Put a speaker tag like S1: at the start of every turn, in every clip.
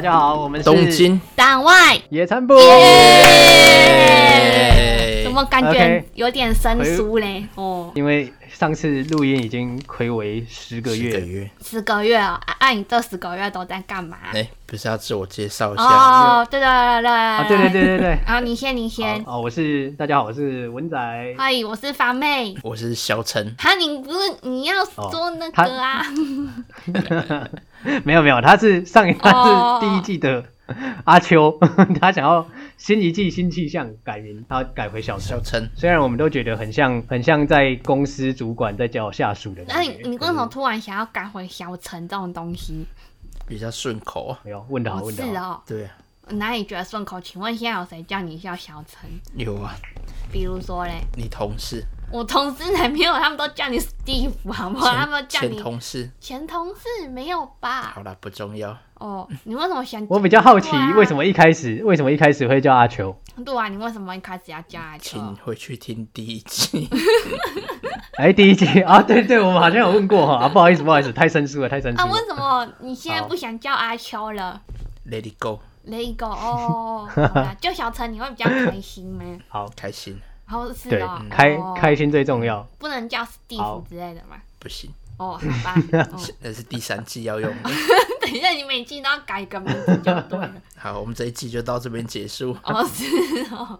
S1: 家好，我们是
S2: 东京
S3: 党外，
S1: 野餐部。
S3: 怎么感
S1: OK
S3: 觉有点生疏嘞？哦，
S1: 因为上次录音已经暌违十个
S2: 十
S1: 月，
S2: 个月，
S3: 十个月哦，啊，啊你这十个月都在干嘛？
S2: 哎、不是要自我介绍一下？
S3: 哦，对对对
S1: 啊，
S3: 对
S1: 对对对对 对。
S3: 然后你先，你先。
S1: 哦，我是大家好，我是文仔。
S3: 嗨，我是发妹。
S2: 我是小陈，
S3: 哈，你不是你要说那个啊？
S1: 没有没有，他是上一他是第一季 的阿秋， 他想要新一季新气象改名，他改回小陈
S2: 小。陈，
S1: 虽然我们都觉得很像很像在公司主管在叫下属的
S3: 那
S1: 感
S3: 你
S1: 觉，
S3: 你为什么突然想要改回小陈这种东西？
S2: 比较顺口啊。
S1: 没有问的好
S3: 不
S1: 问
S3: 是
S1: 的好。
S3: 哦，
S2: 对啊，
S3: 哪里觉得顺口？请问现在有谁叫你叫小陈？
S2: 有啊，
S3: 比如说嘞，
S2: 你同事，
S3: 我同事还没有，他们都叫你 Steve 好不好？哦他
S2: 前
S3: 们都叫
S2: 前
S3: 你
S2: 同事，
S3: 前同事没有吧？
S2: 好啦，不重要。
S3: 哦，你为什么想？
S1: 嗯我比较好奇
S3: 对啊，
S1: 为什么一开始为什么一开始会叫阿秋？
S3: 对啊，你为什么一开始要加来
S2: 请
S3: 车？
S2: 回去听第一集，
S1: 哎、第一集 啊，对对，我们好像有问过哈、啊，不好意思，不好意思，太生疏了，太生疏
S3: 啊，
S1: 了
S3: 为。什么你现在
S1: 好
S3: 不想叫阿秋了
S2: Let it go，
S3: ？Let it go 哦，好啦叫小陈你会比较开心吗？
S1: 好，
S2: 开心
S3: 然后是
S1: 对
S3: 哦，，
S1: 开
S3: 哦
S1: 开心最重要。
S3: 不能叫
S1: 好
S3: Steve 之类的嘛？
S2: 不行，
S3: 哦，好吧， 哦
S2: 那是第三季要 用的。
S3: 等一下你每季都要改一个名字就 对了。
S2: 好，我们这一季就到这边结束。
S3: 哦，是哦，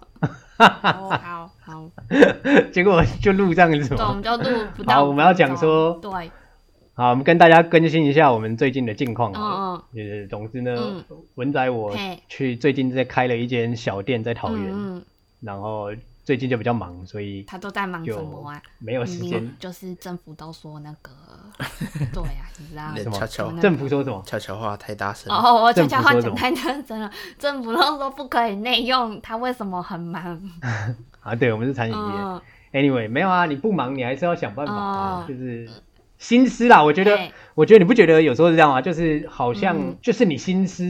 S3: 哦好好，
S1: 结果就录这样子
S3: 对，我
S1: 嘛。
S3: 们就录不
S1: 好
S3: 到五分钟。
S1: 我们要讲说
S3: 对，
S1: 好，我们跟大家更新一下我们最近的近况
S3: 嗯
S1: 啊。
S3: 嗯
S1: 就是总之呢，
S3: 嗯
S1: 文仔我
S3: 嘿
S1: 去最近在开了一间小店在桃园，
S3: 嗯嗯，
S1: 然后最近就比较忙，所以
S3: 他都在忙什
S1: 就
S3: 么啊？
S1: 没有时
S3: 明
S1: 间
S3: 明。就是政府都说那 个，对啊，你知道
S2: 你的
S1: 么
S2: 悄悄
S3: 嗯
S1: 政府说什么？
S2: 悄悄话太大声了，
S3: 哦，我悄悄话
S1: 政
S3: 讲
S1: 府说
S3: 太认真了。政府都说不可以内用，他为什么很忙？
S1: 啊，对，我们是餐饮业。
S3: 嗯，
S1: Anyway，没有啊，你不忙，你还是要想办法啊，
S3: 哦
S1: 就是心思啦。我觉得，
S3: 对
S1: 我觉得你不觉得有时候是这样吗？就是好像、
S3: 嗯
S1: 就是你心思，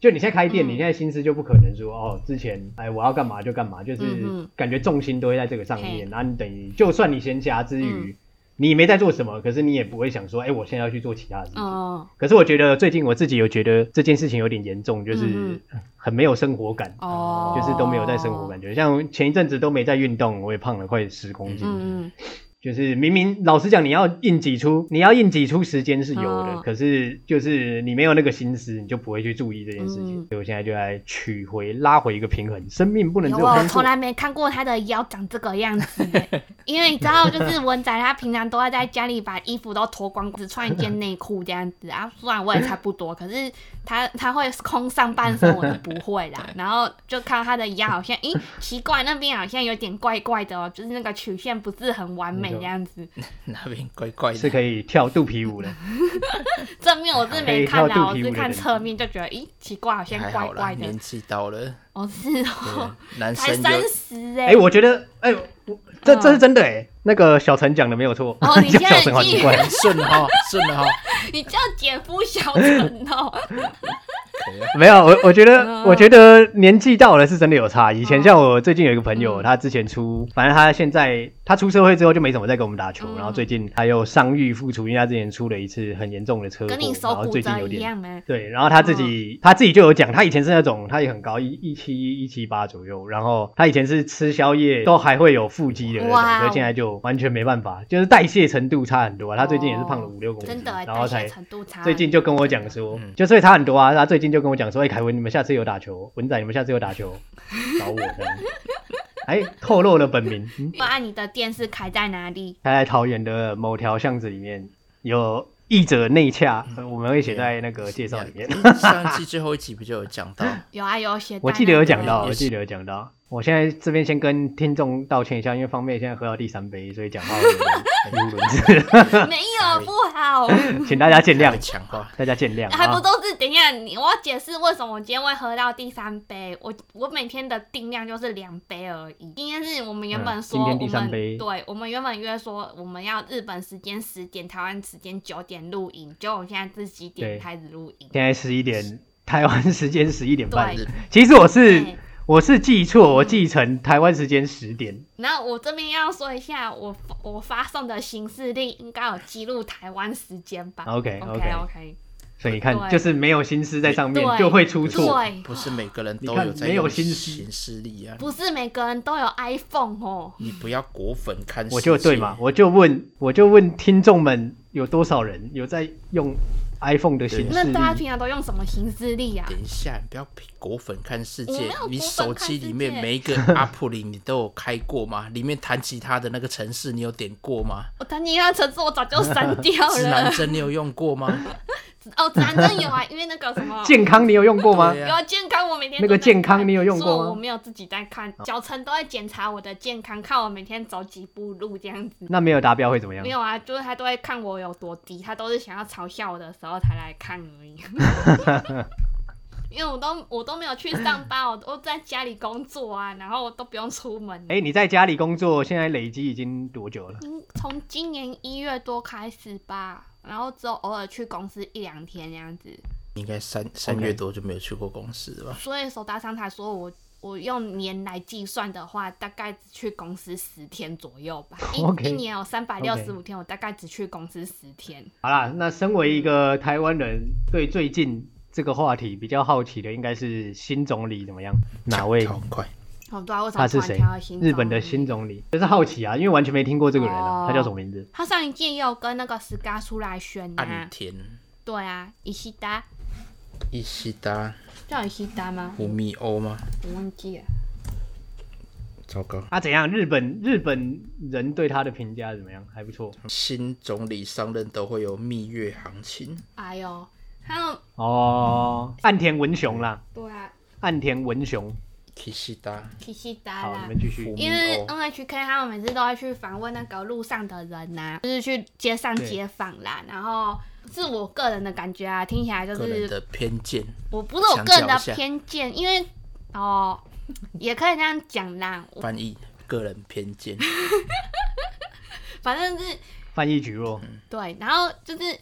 S1: 就你现在开店，
S3: 嗯
S1: 你现在心思就不可能说哦，之前哎我要干嘛就干嘛，就是
S3: 嗯哼
S1: 感觉重心都会在这个上面。
S3: 嘿
S1: 然后你等于就算你闲暇之余，
S3: 嗯
S1: 你没在做什么，可是你也不会想说，哎，我现在要去做其他的事情。
S3: 嗯，
S1: 可是我觉得最近我自己有觉得这件事情有点严重，就是
S3: 嗯
S1: 很没有生活感，
S3: 哦，
S1: 就是都没有在生活感觉。像前一阵子都没在运动，我也胖了快十公斤。
S3: 嗯嗯，
S1: 就是明明老实讲，你要硬挤出，你要硬挤出时间是有的，
S3: 哦
S1: 可是就是你没有那个心思，你就不会去注意这件事情。
S3: 嗯
S1: 所以我现在就来取回、拉回一个平衡，生命不能
S3: 有啊
S1: 只有
S3: 我
S1: 工作
S3: 从。来没看过他的腰长这个样子 耶，因为你知道，就是文仔他平常都会在家里把衣服都脱光，只穿一件内裤这样子啊。虽然我也差不多，可是他他会空上半身，我就不会 啦。然后就看到他的腰好像，咦，奇怪，那边好像有点怪怪的哦，就是那个曲线不是很完美这样子。
S2: 那边怪怪
S1: 是
S2: 的。
S1: 可以跳肚皮 舞的，
S3: 正面我是没看
S1: 可以跳
S3: 到，
S1: 肚
S3: 我
S1: 皮舞
S3: 是看
S1: 的
S3: 侧面就觉得，咦，奇怪，好像
S2: 还
S3: 怪
S2: 好啦，
S3: 怪的
S2: 年。纪到了，
S3: 哦，是
S2: 对
S3: 哦
S2: 啊，男
S3: 才
S2: 生
S3: 三
S2: 有
S3: 十哎
S1: 哎、。我觉得，哎、我这
S3: 嗯
S1: 这是真的哎、那个小陈讲的没有错，
S3: 哦你现在
S1: 小陈好奇怪，
S2: 很顺了哈，顺了哈，
S3: 你叫姐夫小陈哦，
S2: 可以啊
S1: 没有，我我觉得，
S3: 嗯
S1: 我觉得年纪到了是真的有差。以前
S3: 哦
S1: 像我最近有一个朋友，
S3: 嗯
S1: 他之前出，反正他现在他出社会之后就没怎么再跟我们打球，
S3: 嗯
S1: 然后最近他又伤愈复出，因为他之前出了一次很严重的车祸，
S3: 跟你手
S1: 然后
S3: 骨
S1: 最近有
S3: 折一
S1: 点。
S3: 样嗯吗？
S1: 对，然后他自己、他自己就有讲，他以前是那种他也很高，一一七一一七八左右，然后他以前是吃宵夜都还会有腹肌的那
S3: 哇
S1: 种，
S3: 哦
S1: 可是现在就完全没办法，就是代谢程度差很多啊。他最近也是胖了
S3: 哦
S1: 五六公斤
S3: 真，的欸，
S1: 然后
S3: 代
S1: 才
S3: 谢程度差。
S1: 最近就跟我讲说，
S2: 嗯
S1: 就所以差很多啊。他最近就跟我讲说，哎、凯文，你们下次有打球，文仔，你们下次有打球，找我这样。哎，透露了本名，嗯
S3: 哇，你的店是开在哪里？
S1: 他在桃园的某条巷子里面有译者内洽，呃我们会写在那个介绍里面。
S2: 啊 嗯 上一季最后一集不就有讲 到？
S3: 有啊，有写在那个。
S1: 我记得有讲到，
S2: 也
S1: 我
S2: 是
S1: 记得有讲到。我现在这边先跟听众道歉一下，因为方妹现在喝到第三杯，所以讲话有点语 无伦次，
S3: 没有不好，
S1: 请大家见谅
S2: 会，强化，
S1: 大家见谅
S3: 还不
S1: 啊。
S3: 都是等一下你我要解释为什么我今天会喝到第三杯。我我每天的定量就是两杯而已。今天是我们原本说
S1: 嗯今天
S3: 我们
S1: 第三杯
S3: 对，我们原本约说我们要日本时间十点，台湾时间九点录影，结果我们现在是几
S1: 对
S3: 点开始录影？
S1: 现在十一点，台湾时间十一点半
S3: 对。
S2: 日
S1: 其实我是
S3: 对
S1: 我是记
S3: 嗯
S1: 错，我记成台湾时间十点。
S3: 那我这边要说一下，我发我发送的行事历应该有记录台湾时间吧
S1: OK，OK
S3: OK OK，
S1: 所以你看
S3: 对
S1: 就是没有心思在上面
S3: 对
S1: 就会出错。
S3: 对，
S2: 不是每个人
S1: 你
S2: 都
S1: 看
S2: 有在
S1: 没有
S2: 用
S1: 心思
S2: 行事力啊。
S3: 不是每个人都有 iPhone 哦。
S2: 你不要果粉看世界，
S1: 我就对嘛，我就问，我就问听众们有多少人有在用 iPhone 的形
S2: 对
S1: 式
S3: 那
S1: 力？
S3: 大家平常都用什么行事力啊？
S2: 等一下，你不要果粉看世
S3: 我没
S2: 界
S3: 有。
S2: 你
S3: 果粉
S2: 手机
S3: 看
S2: 里
S3: 世
S2: 面
S3: 界
S2: 每一 个 app 里你都有开过吗？里面弹吉他的那个城市你有点过 吗？
S3: 我弹吉他的程式我早就删掉
S2: 指南
S3: 了。
S2: 针你有用过吗？
S3: 哦，指南针有啊，因为那个什么。
S1: 健康你有用过吗
S2: 对？
S3: 有啊健康，我每天
S1: 那个
S3: 都在看
S1: 健康你有用过吗哦
S3: 所以我没有自己在看，脚程都在检查我的健康，看我每天走几步路这样子。
S1: 那没有达标会怎么样
S3: 没？有啊，就是他都会看我有多低，他都是想要嘲笑我的时候才来看 而已。因为我都我都没有去上班，我都在家里工作啊，然后我都不用出门。
S1: 哎、你在家里工作，现在累积已经多久了？
S3: 嗯从今年一月多开始吧，然后只有偶尔去公司一两天那样子。
S2: 应该三三月多就没有去过公司了吧？
S3: 所以手搭商才说我我用年来计算的话，大概只去公司十天左右吧。一
S1: OK
S3: 一年有三百六十五天，我大概只去公司十天。
S1: 好啦，那身为一个台湾人，对最近这个话题比较好奇的，应该是新总理怎么样？哪位
S2: 跳？很快，
S3: 我不知道为什
S1: 他
S3: 么
S1: 是
S3: 突然
S1: 谁
S3: 跳到新？
S1: 日本的
S3: 新。
S1: 新总理，就是好奇啊，因为完全没听过这个人啊，
S3: 哦
S1: 他叫什么名字？
S3: 他上一届也有跟那个斯嘎出来选
S2: 岸
S3: 啊，
S2: 田、
S3: 对啊，伊西达
S2: 伊西达、
S3: 叫伊西达吗？
S2: 胡密欧吗？
S3: 我忘记了。
S2: 糟糕，
S1: 啊他、怎样？日本日本人对他的评价怎么样？还不错
S2: 新总理上任都会有蜜月行情，
S3: 哎呦，还有
S1: 哦。岸田文雄啦，
S3: 对啊，
S1: 岸田文雄。
S2: 伊西达、
S3: 伊西达
S1: 好，
S3: 啦
S1: 你。们继
S2: 胡
S1: 续。
S2: 密
S3: 因为
S2: 欧。
S3: NHK 他们每次都会去访问那个路上的人呐、就是去街上街访啦。然后是我个人的感觉啊，听起来就
S2: 个人
S3: 是
S2: 的偏见，
S3: 我不是我个
S2: 强
S3: 人的
S2: 调一下
S3: 偏见，因为哦，也可以这样讲啦。我
S2: 翻译个人偏 见，
S3: 反正是
S1: 翻译局弱，
S3: 对，然后就是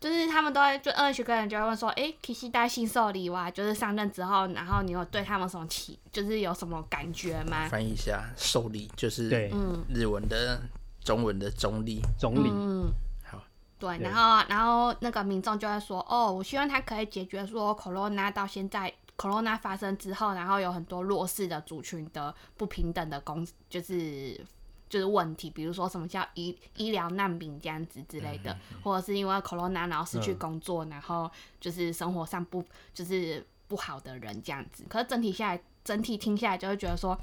S3: 就是他们都会就 NHK 人就会问说，哎、k i s h i d a 新受理哇，就是上任之后，然后你有对他们有什么期，就是有什么感觉吗？
S2: 翻译一下，受理就是
S1: 对
S3: 嗯
S2: 日文的、中文的中立。
S1: 总理。哦
S3: 嗯。
S2: 好，
S3: 对，
S1: 对
S3: 然后然后那个民众就会说，哦，我希望他可以解决说 corona 到现在 corona 发生之后，然后有很多弱势的族群的不平等的公，就是就是问题，比如说什么叫医医疗难民这样子之类的，或者是因为 corona 然后失去
S1: 嗯
S3: 工作，然后就是生活上不就是不好的人这样子。可是整体下来，整体听下来就会觉得说，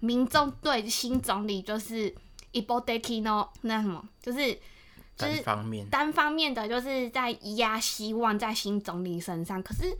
S3: 民众对新总理就是一波 d e k i no 那什么，就是就
S2: 单
S3: 是
S2: 方面
S3: 单方面的就是在压希望在新总理身上，可是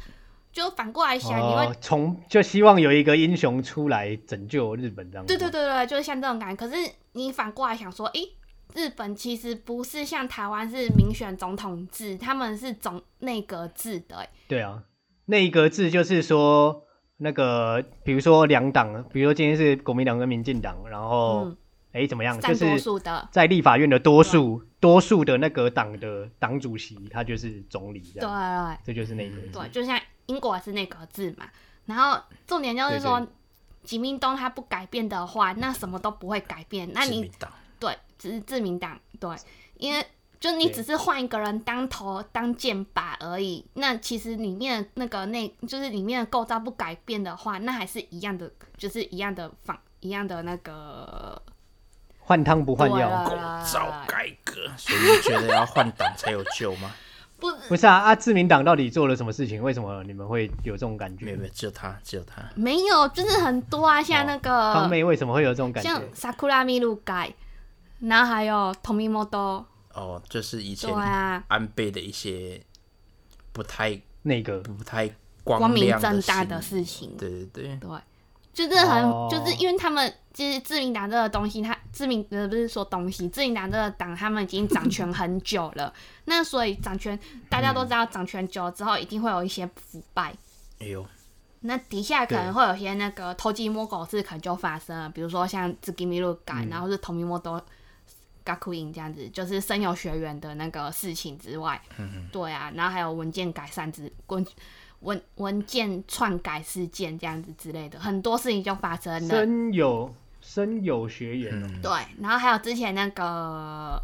S3: 就反过来想，你会
S1: 哦，从就希望有一个英雄出来拯救日本这样。
S3: 对对。对对，就是像这种感觉。可是你反过来想说，诶、日本其实不是像台湾是民选总统制，他们是总内阁制的、诶
S1: 对啊，内阁制就是说，那个比如说两党，比如说今天是国民党跟民进党，然后
S3: 嗯
S1: 哎、诶怎么样，就
S3: 占多
S1: 是
S3: 数的。
S1: 在立法院的多数多数的那个党的党主席，他就是总理这
S3: 对
S1: 样，嗯
S3: 对
S1: 这就是内阁制。
S3: 对，就像英国也是内阁制嘛。然后重点就是
S1: 对
S3: 说，吉明东他不改变的话，那什么都不会改变。那
S2: 自
S3: 你
S2: 民党
S3: 对，只是自民党对，因为就你
S1: 对
S3: 只是换一个人当头当箭靶而已，那其实里面的那个内就是里面的构造不改变的话，那还是一样的，就是一样的仿一样的那个
S1: 换汤不换
S3: 对啊
S1: 药
S3: 了，
S2: 构造改革，所以你觉得要换党才有救吗？
S3: 不
S1: 不是啊啊！自民党到底做了什么事情？为什么你们会有这种感
S2: 没有
S1: 觉？
S2: 没有，只有他，只有他。
S3: 没有，就是很多啊，像那
S1: 康
S3: 个、
S1: 妹为什么会有这哦种感觉
S3: 像？sakura miru 改，然后还有 tomimoto，
S2: 哦，就是以前
S3: 对啊，
S2: 安倍的一些不太
S1: 内阁
S2: 不太
S3: 光
S2: 光
S3: 明
S2: 亮
S3: 正大
S2: 的
S3: 的
S2: 行为
S3: 事情，
S2: 对对对，
S3: 对，就是很，
S1: 哦
S3: 就是因为他们就是自民党这个东西，他自民呃不是说东西，自民党这个党他们已经掌权很久了， 那所以掌权大家都知道，掌权久了之后一定会有一些腐败。
S2: 哎呦，
S3: 那底下可
S1: 对
S3: 能会有些那个偷鸡摸狗事，可能就发生了，比如说像自己米路改，然后是同名摸都嘎库营这样子，就是生有学员的那个事情之外，对啊，然后还有文件改善之文文文件篡改事件这样子之类的，很多事情就发生了。
S1: 深有深有学员哦，
S2: 嗯，
S3: 对，然后还有之前那个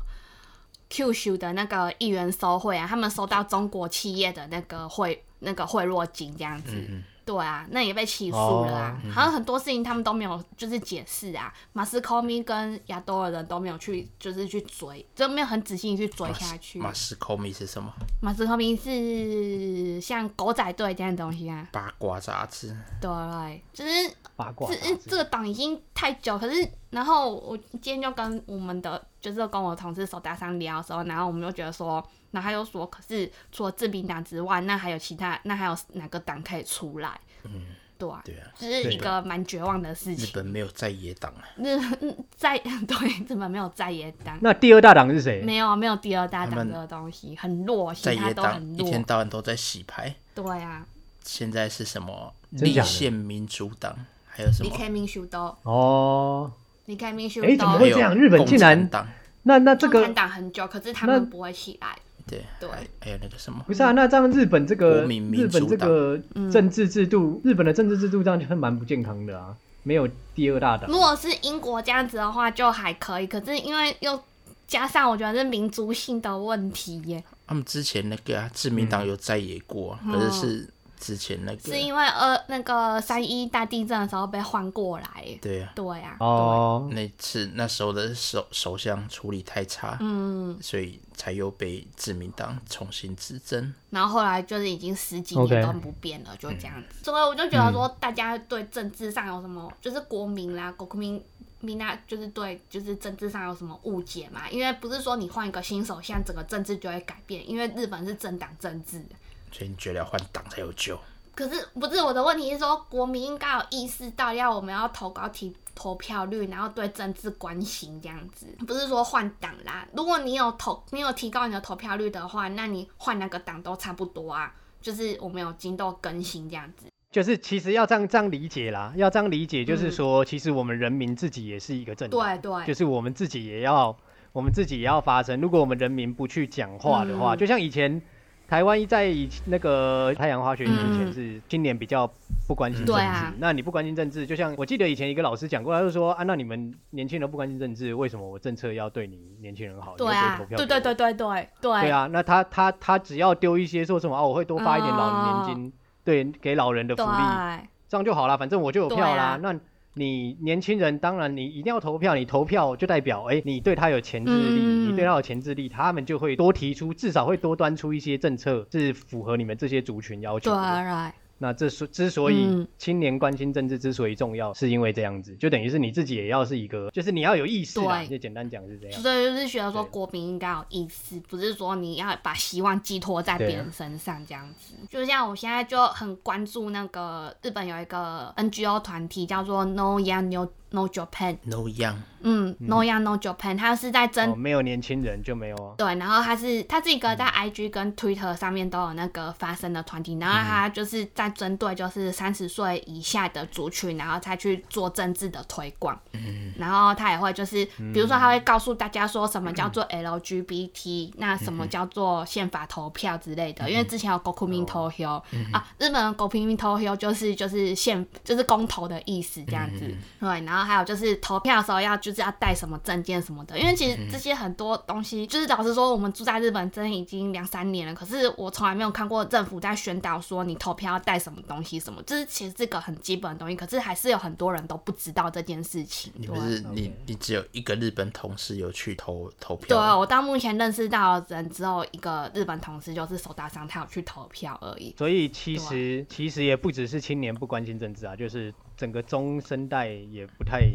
S3: Q 的那个议员收贿啊，他们收到中国企业的那个贿那个贿赂金这样子。
S2: 嗯
S3: 对啊，那也被起诉了啊
S1: 哦，
S3: 好像很多事情他们都没有就是解释啊，马斯科米跟亚多尔人都没有去就是去追，就没有很仔细去追
S2: 嗯马
S3: 下
S2: 斯
S3: 去。
S2: 马斯科米是什么？
S3: 马斯科米是像狗仔队这样的东西啊，
S2: 八卦杂志。
S3: 对，就是
S1: 八卦杂
S3: 这
S1: 志
S3: 这个党已经太久，可是然后我今天就跟我们的就是跟我同事手搭上聊的时候，然后我们就觉得说，然后他就说，可是除了自民党之外，那还有其他，那还有哪个党可以出来？
S2: 嗯，
S3: 对啊，
S2: 对啊，
S3: 这是
S1: 对
S3: 一个蛮绝望的事
S2: 日
S3: 情。
S2: 本没有在野党啊，
S3: 日嗯在 对日本没有在野党，
S1: 那第二大党是谁？
S3: 没有没有第二大
S2: 他
S3: 党
S2: 们
S3: 这个东西，很弱，
S2: 在
S3: 其他
S2: 野
S3: 都
S2: 党
S3: 很
S2: 一
S3: 弱。
S2: 天到晚都在洗牌。
S3: 对啊，
S2: 现在是什么？
S1: 真
S2: 立
S1: 假的
S2: 宪民主党，还有什
S3: 你
S2: 么？
S3: 可以民主都，
S1: 哦，
S3: 你可以民主
S1: 诶怎么
S2: 还
S1: 会
S3: 都，
S2: 有
S1: 这样日本
S2: 共
S1: 竟
S2: 产
S1: 然
S2: 党
S1: 那那这
S3: 共产
S1: 个
S3: 党很久，可是他
S1: 那
S3: 们不会起来。
S2: 对
S3: 对
S2: 还还有那个什么
S1: 不是啊？那这样日本这个
S2: 国民民
S1: 日
S2: 主党
S1: 本这个
S3: 嗯
S1: 政治制度，日本的政治制度这样就很蛮不健康的啊，没有第二大党。
S3: 如果是英国这样子的话，就还可以。可是因为又加上我觉得是民族性的问题耶，
S2: 他们之前那个啊，自民党有在野过啊，
S3: 嗯
S2: 可是是之前那个啊
S3: 是，因为呃那个三一大地震的时候被换过来耶。
S2: 对啊，
S3: 对呀、啊，
S1: 哦，
S2: 那次那时候的首首相处理太差，
S3: 嗯，
S2: 所以才又被自民党重新执政。
S3: 然后后来就是已经十几
S1: OK
S3: 年都不变了就这样子。所以我就觉得说，大家对政治上有什么，就是国民啦、国民。民啊，就是对，就是政治上有什么误解嘛？因为不是说你换一个新首相，整个政治就会改变，因为日本是政党政治。
S2: 所以你觉得要换党才有救？
S3: 可是不是我的问题是说，国民应该有意识到要我们要投高提投票率，然后对政治关心这样子，不是说换党啦。如果你有投，你有提高你的投票率的话，那你换哪个党都差不多啊。就是我们有经过更新这样子，
S1: 就是其实要这样这样理解啦，要这样理解，就是
S3: 嗯
S1: 说，其实我们人民自己也是一个政党，
S3: 对对，
S1: 就是我们自己也要，我们自己也要发声。如果我们人民不去讲话的话，
S3: 嗯
S1: 就像以前台湾在以那个太阳花学运之前
S3: 嗯
S1: 是青年比较不关心政
S2: 嗯
S1: 治，
S3: 对啊
S1: 那你不关心政治，就像我记得以前一个老师讲过，他就说啊，那你们年轻人不关心政治，为什么我政策要对你年轻人好？你
S3: 对
S1: 又不
S3: 啊
S1: 会投，票给
S3: 对对
S1: 我
S3: 对对对对，
S1: 对啊，那他他他只要丢一些说什么啊，我会多发一点老年金，对，给老人的福
S3: 嗯对，
S1: 利，这样就好啦，反正我就有票
S3: 对
S1: 啦。
S3: 啊
S1: 那你年轻人，当然你一定要投票，你投票就代表哎、你对他有前置力，
S3: 嗯
S1: 你对他有前置力，他们就会多提出，至少会多端出一些政策是符合你们这些族群要求
S3: 对
S1: 的。
S3: 啊
S1: 那这所之所以
S3: 嗯
S1: 青年关心政治之所以重要，是因为这样子，就等于是你自己也要是一个，就是你要有意识啦，
S3: 对
S1: 就简单讲是这样。
S3: 所以就是觉得说
S1: 对
S3: 国民应该有意识，不是说你要把希望寄托在别人身上这样子。就像我现在就很关注那个日本有一个 NGO 团体叫做 No Young No No Japan，
S2: No Young，
S3: 嗯，No Young No Japan，它是在
S1: 哦，嗯
S3: 针。
S1: 没有年轻人就没有啊。
S3: 对，然后它是它是一个在 IG 跟 Twitter 上面都有那个发声的团体，
S1: 嗯
S3: 然后它就是在针对就是三十岁以下的族群，然后才去做政治的推广。
S2: 嗯，
S3: 然后他也会就是，比如说他会告诉大家说什么叫做 LGBT，、那什么叫做宪法投票之类的。因为之前有国民投票、啊，日本的国民投票就是就是宪就是公投的意思这样子。对，然后还有就是投票的时候要就是要带什么证件什么的。因为其实这些很多东西，就是老实说，我们住在日本真的已经两三年了，可是我从来没有看过政府在宣导说你投票要带什么东西什么，这是其实这个很基本的东西，可是还是有很多人都不知道这件事情。
S2: 你
S3: 对啊
S2: 不是你你只有一个日本同事有去投投
S3: 对
S2: 票
S3: 啊，
S2: 啊，
S3: 我到目前认识到的人只有一个日本同事，就是手打上他有去投票而已。
S1: 所以其
S3: 啊
S1: 实其实也不只是青年不关心政治啊，就是整个中生代也不太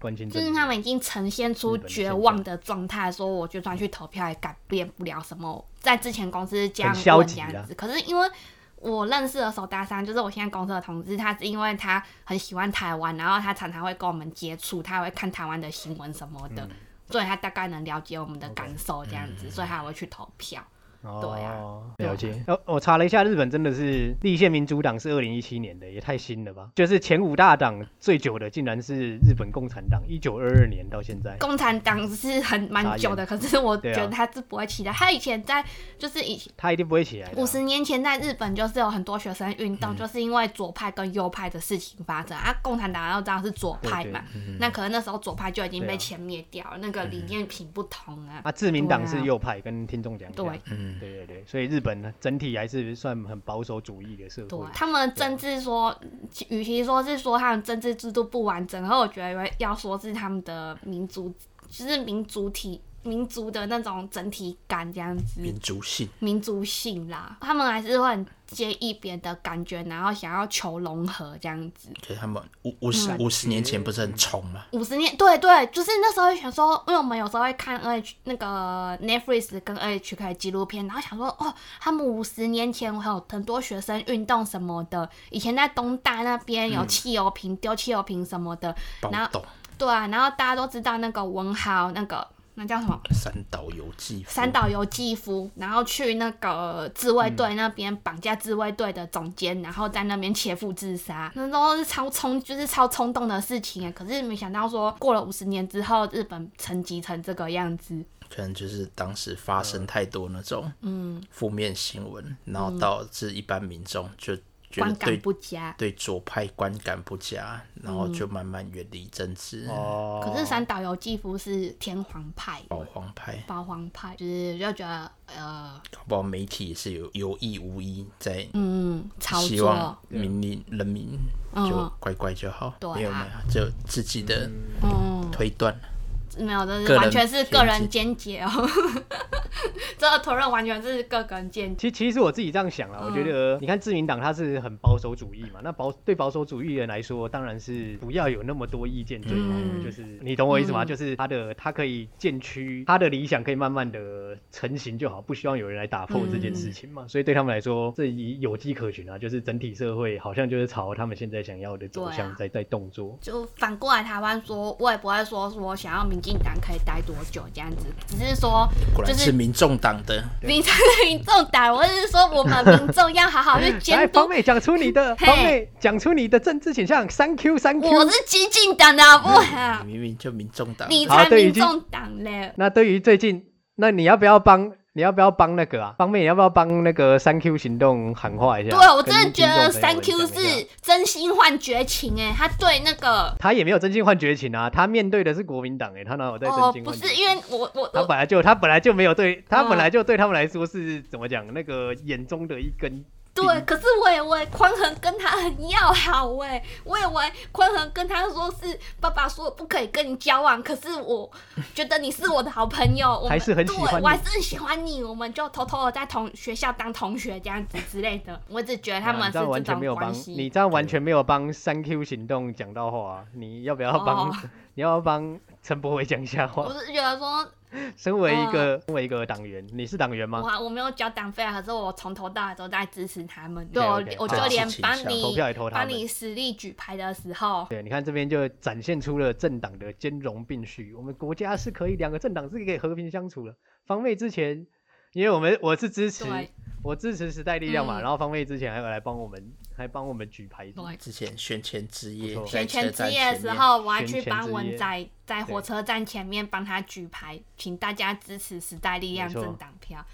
S1: 关心
S3: 就
S1: 政
S3: 是
S1: 治。
S3: 他们已经呈现出绝望的状态，说我就算去投票也改变不了什么。在之前公司这样
S1: 很消
S3: 问
S1: 极
S3: 这
S1: 啦
S3: 样子，可是因为我认识的手搭商，就是我现在公司的同事，他是因为他很喜欢台湾，然后他常常会跟我们接触，他会看台湾的
S1: 嗯
S3: 新闻什么的，所以他大概能了解我们的感受这样子，所以他还会去投票。对啊
S1: 哦，
S3: 对啊
S1: 了解。呃，我查了一下，日本真的是立宪民主党是二零一七年的，也太新了吧？就是前五大党最久的，竟然是日本共产党，一九二二年到现在。
S3: 共产党是很蛮久的，可是我
S1: 对
S3: 觉
S1: 啊
S3: 得他是不会起来。他以前在就是以前
S1: 他一定不会起来的啊、
S3: 五十年前在日本就是有很多学生运动，就是因为左派跟右派的事情发生啊。共产党要知道是左派嘛，那可能那时候左派就已经
S1: 对
S3: 被
S1: 啊
S3: 歼灭掉了，那个理念品不同啊。
S1: 啊，自民党
S3: 对
S1: 是
S3: 啊
S1: 右派，跟听众讲一下。
S3: 对
S2: 嗯，
S1: 对对对，所以日本整体还是算很保守主义的社
S3: 对啊
S1: 会。
S3: 他们政治说，与其说是说他们政治制度不完整，然后我觉得要说是他们的民族，就是民族体、民族的那种整体感这样子，
S2: 民族性，
S3: 民族性啦，他们还是会很介意别人的感觉，然后想要求融合这样子。
S2: 可是他们五
S3: 嗯
S2: 五十五十年前不是很冲嘛？
S3: 五十年，对对，就是那时候想说，因为我们有时候会看 N H 那个 Netflix 跟 N H K 纪录片，然后想说，哦，他们五十年前还有很多学生运动什么的，以前在东大那边有汽油瓶、丢汽油瓶什么的，
S2: 暴
S3: 然后
S2: 动、
S3: 对啊，然后大家都知道那个文豪那个那叫什么
S2: 三岛由纪夫、
S3: 三岛由纪夫，然后去那个自卫
S2: 嗯
S3: 队那边绑架自卫队的总监，然后在那边切腹自杀，那都是超冲，就是超冲动的事情啊。可是没想到说，过了五十年之后，日本沉积成这个样子。
S2: 可能就是当时发生太多那种嗯负面新闻，然后导致一般民众就觉得
S3: 嗯观感
S2: 对
S3: 不嗯佳。
S2: 对左派观感不佳，然后就慢慢远离政治，
S1: 哦，
S3: 可是三岛由纪夫是天皇派，
S2: 保皇派，
S3: 保皇派，就是就觉得呃，
S2: 搞不好媒体也是有有意无意在
S3: 嗯，操
S2: 希
S3: 作
S2: 望，民民人民就
S3: 嗯
S2: 乖乖就好，
S3: 对啊
S2: 没有没有，就自己的
S3: 嗯，
S2: 推断。
S3: 没有，这
S2: 个
S3: 是
S2: 人
S3: 完全是个人见解哦。 这个推论完全是个人见
S1: 其
S3: 解。
S1: 其实我自己这样想啊，我觉
S3: 嗯
S1: 得你看自民党它是很保守主义嘛，那保对保守主义人来说，当然是不要有那么多意见最好，
S3: 嗯
S1: 就是你懂我意思吗？
S3: 嗯
S1: 就是他的他可以渐趋他的理想可以慢慢的成型就好，不希望有人来打破这件
S3: 嗯
S1: 事情嘛，所以对他们来说，这以有迹可循啊，就是整体社会好像就是朝他们现在想要的走
S3: 对
S1: 向
S3: 啊
S1: 在、在动作。
S3: 就反过来台湾说，我也不会说说想要民进党可以待多久这样子，只是说
S2: 果
S3: 就
S2: 然是
S3: 是
S2: 民众党的，
S3: 民常的民众党，我是说我们民众要好好 去
S1: 来，
S3: 监
S1: 哎方
S3: 督。
S1: 妹讲出你的，
S3: 嘿
S1: 方妹讲出你的政治倾向，三 Q 三 Q。
S3: 我是激进党的好不好？
S2: 你明明就民众党，
S3: 你
S1: 嗯好
S3: 才
S1: 对
S3: 民
S1: 已经
S3: 众党嘞！
S1: 那对于最近，那你要不要帮？你要不要帮那个啊？方妹，你要不要帮那个三 Q 行动喊话一下？
S3: 对啊我真的
S1: 跟
S3: 觉得
S1: 听众朋
S3: 三
S1: 友
S3: Q
S1: 们讲一下
S3: 是真心换绝情哎、他对那个
S1: 他也没有真心换绝情啊，他面对的是国民党哎、他哪有在真
S3: 哦
S1: 心
S3: 不
S1: 换绝
S3: 是
S1: 情？
S3: 因为我我
S1: 他
S3: 我
S1: 本来就他本来就没有对他
S3: 哦
S1: 本来就对他们来说是怎么讲那个眼中的一根嗯
S3: 对，可是我以为匡衡跟他很要好哎、我以为匡衡跟他说是爸爸说不可以跟你交往，可是我觉得你是我的好朋友，我们
S1: 还是很喜欢
S3: 对
S1: 你
S3: 我还是很喜欢你，我们就偷偷的在同学校当同学这样子之类的。我只觉得他们
S1: 啊你
S3: 是
S1: 这样
S3: 这
S1: 完全没有
S3: 种
S1: 帮
S3: 关
S1: 你
S3: 系。
S1: 这样完全没有帮三 Q 行动讲到话、啊，你要不要帮、
S3: 哦
S1: 你要不要帮陈柏伟讲一下话
S3: 我？哦是觉得说，
S1: 身为一个、身为一个党员，你是党员
S3: 我
S1: 吗？
S3: 还我没有交党费啊，可是我从头到尾都在支持他们。对，我
S1: OK，OK，
S3: 我就
S2: 好
S3: 连
S2: 支持一
S3: 帮
S2: 下
S1: 投
S3: 你
S1: 票也投他
S3: 帮
S1: 们。
S3: 你实力举牌的时候，
S1: 对，你看这边就展现出了政党的兼容并蓄。我们国家是可以两个政党是可以和平相处的。方妹之前，因为我们我是支持
S3: 对
S1: 我支持时代力量嘛，
S3: 嗯
S1: 然后方妹之前还有来帮我们，还帮我们举牌子。
S3: 对。
S2: 之前选前之夜
S1: 不，错
S2: 在
S3: 选
S2: 车
S3: 前
S2: 站
S3: 之夜的
S2: 前
S3: 时
S2: 面，
S3: 候，我还
S1: 选
S3: 去
S1: 前
S3: 帮
S1: 之夜
S3: 文仔在
S1: 对
S3: 火车站前面帮他举牌，请大家支持时代力量
S1: 没错
S3: 政党票。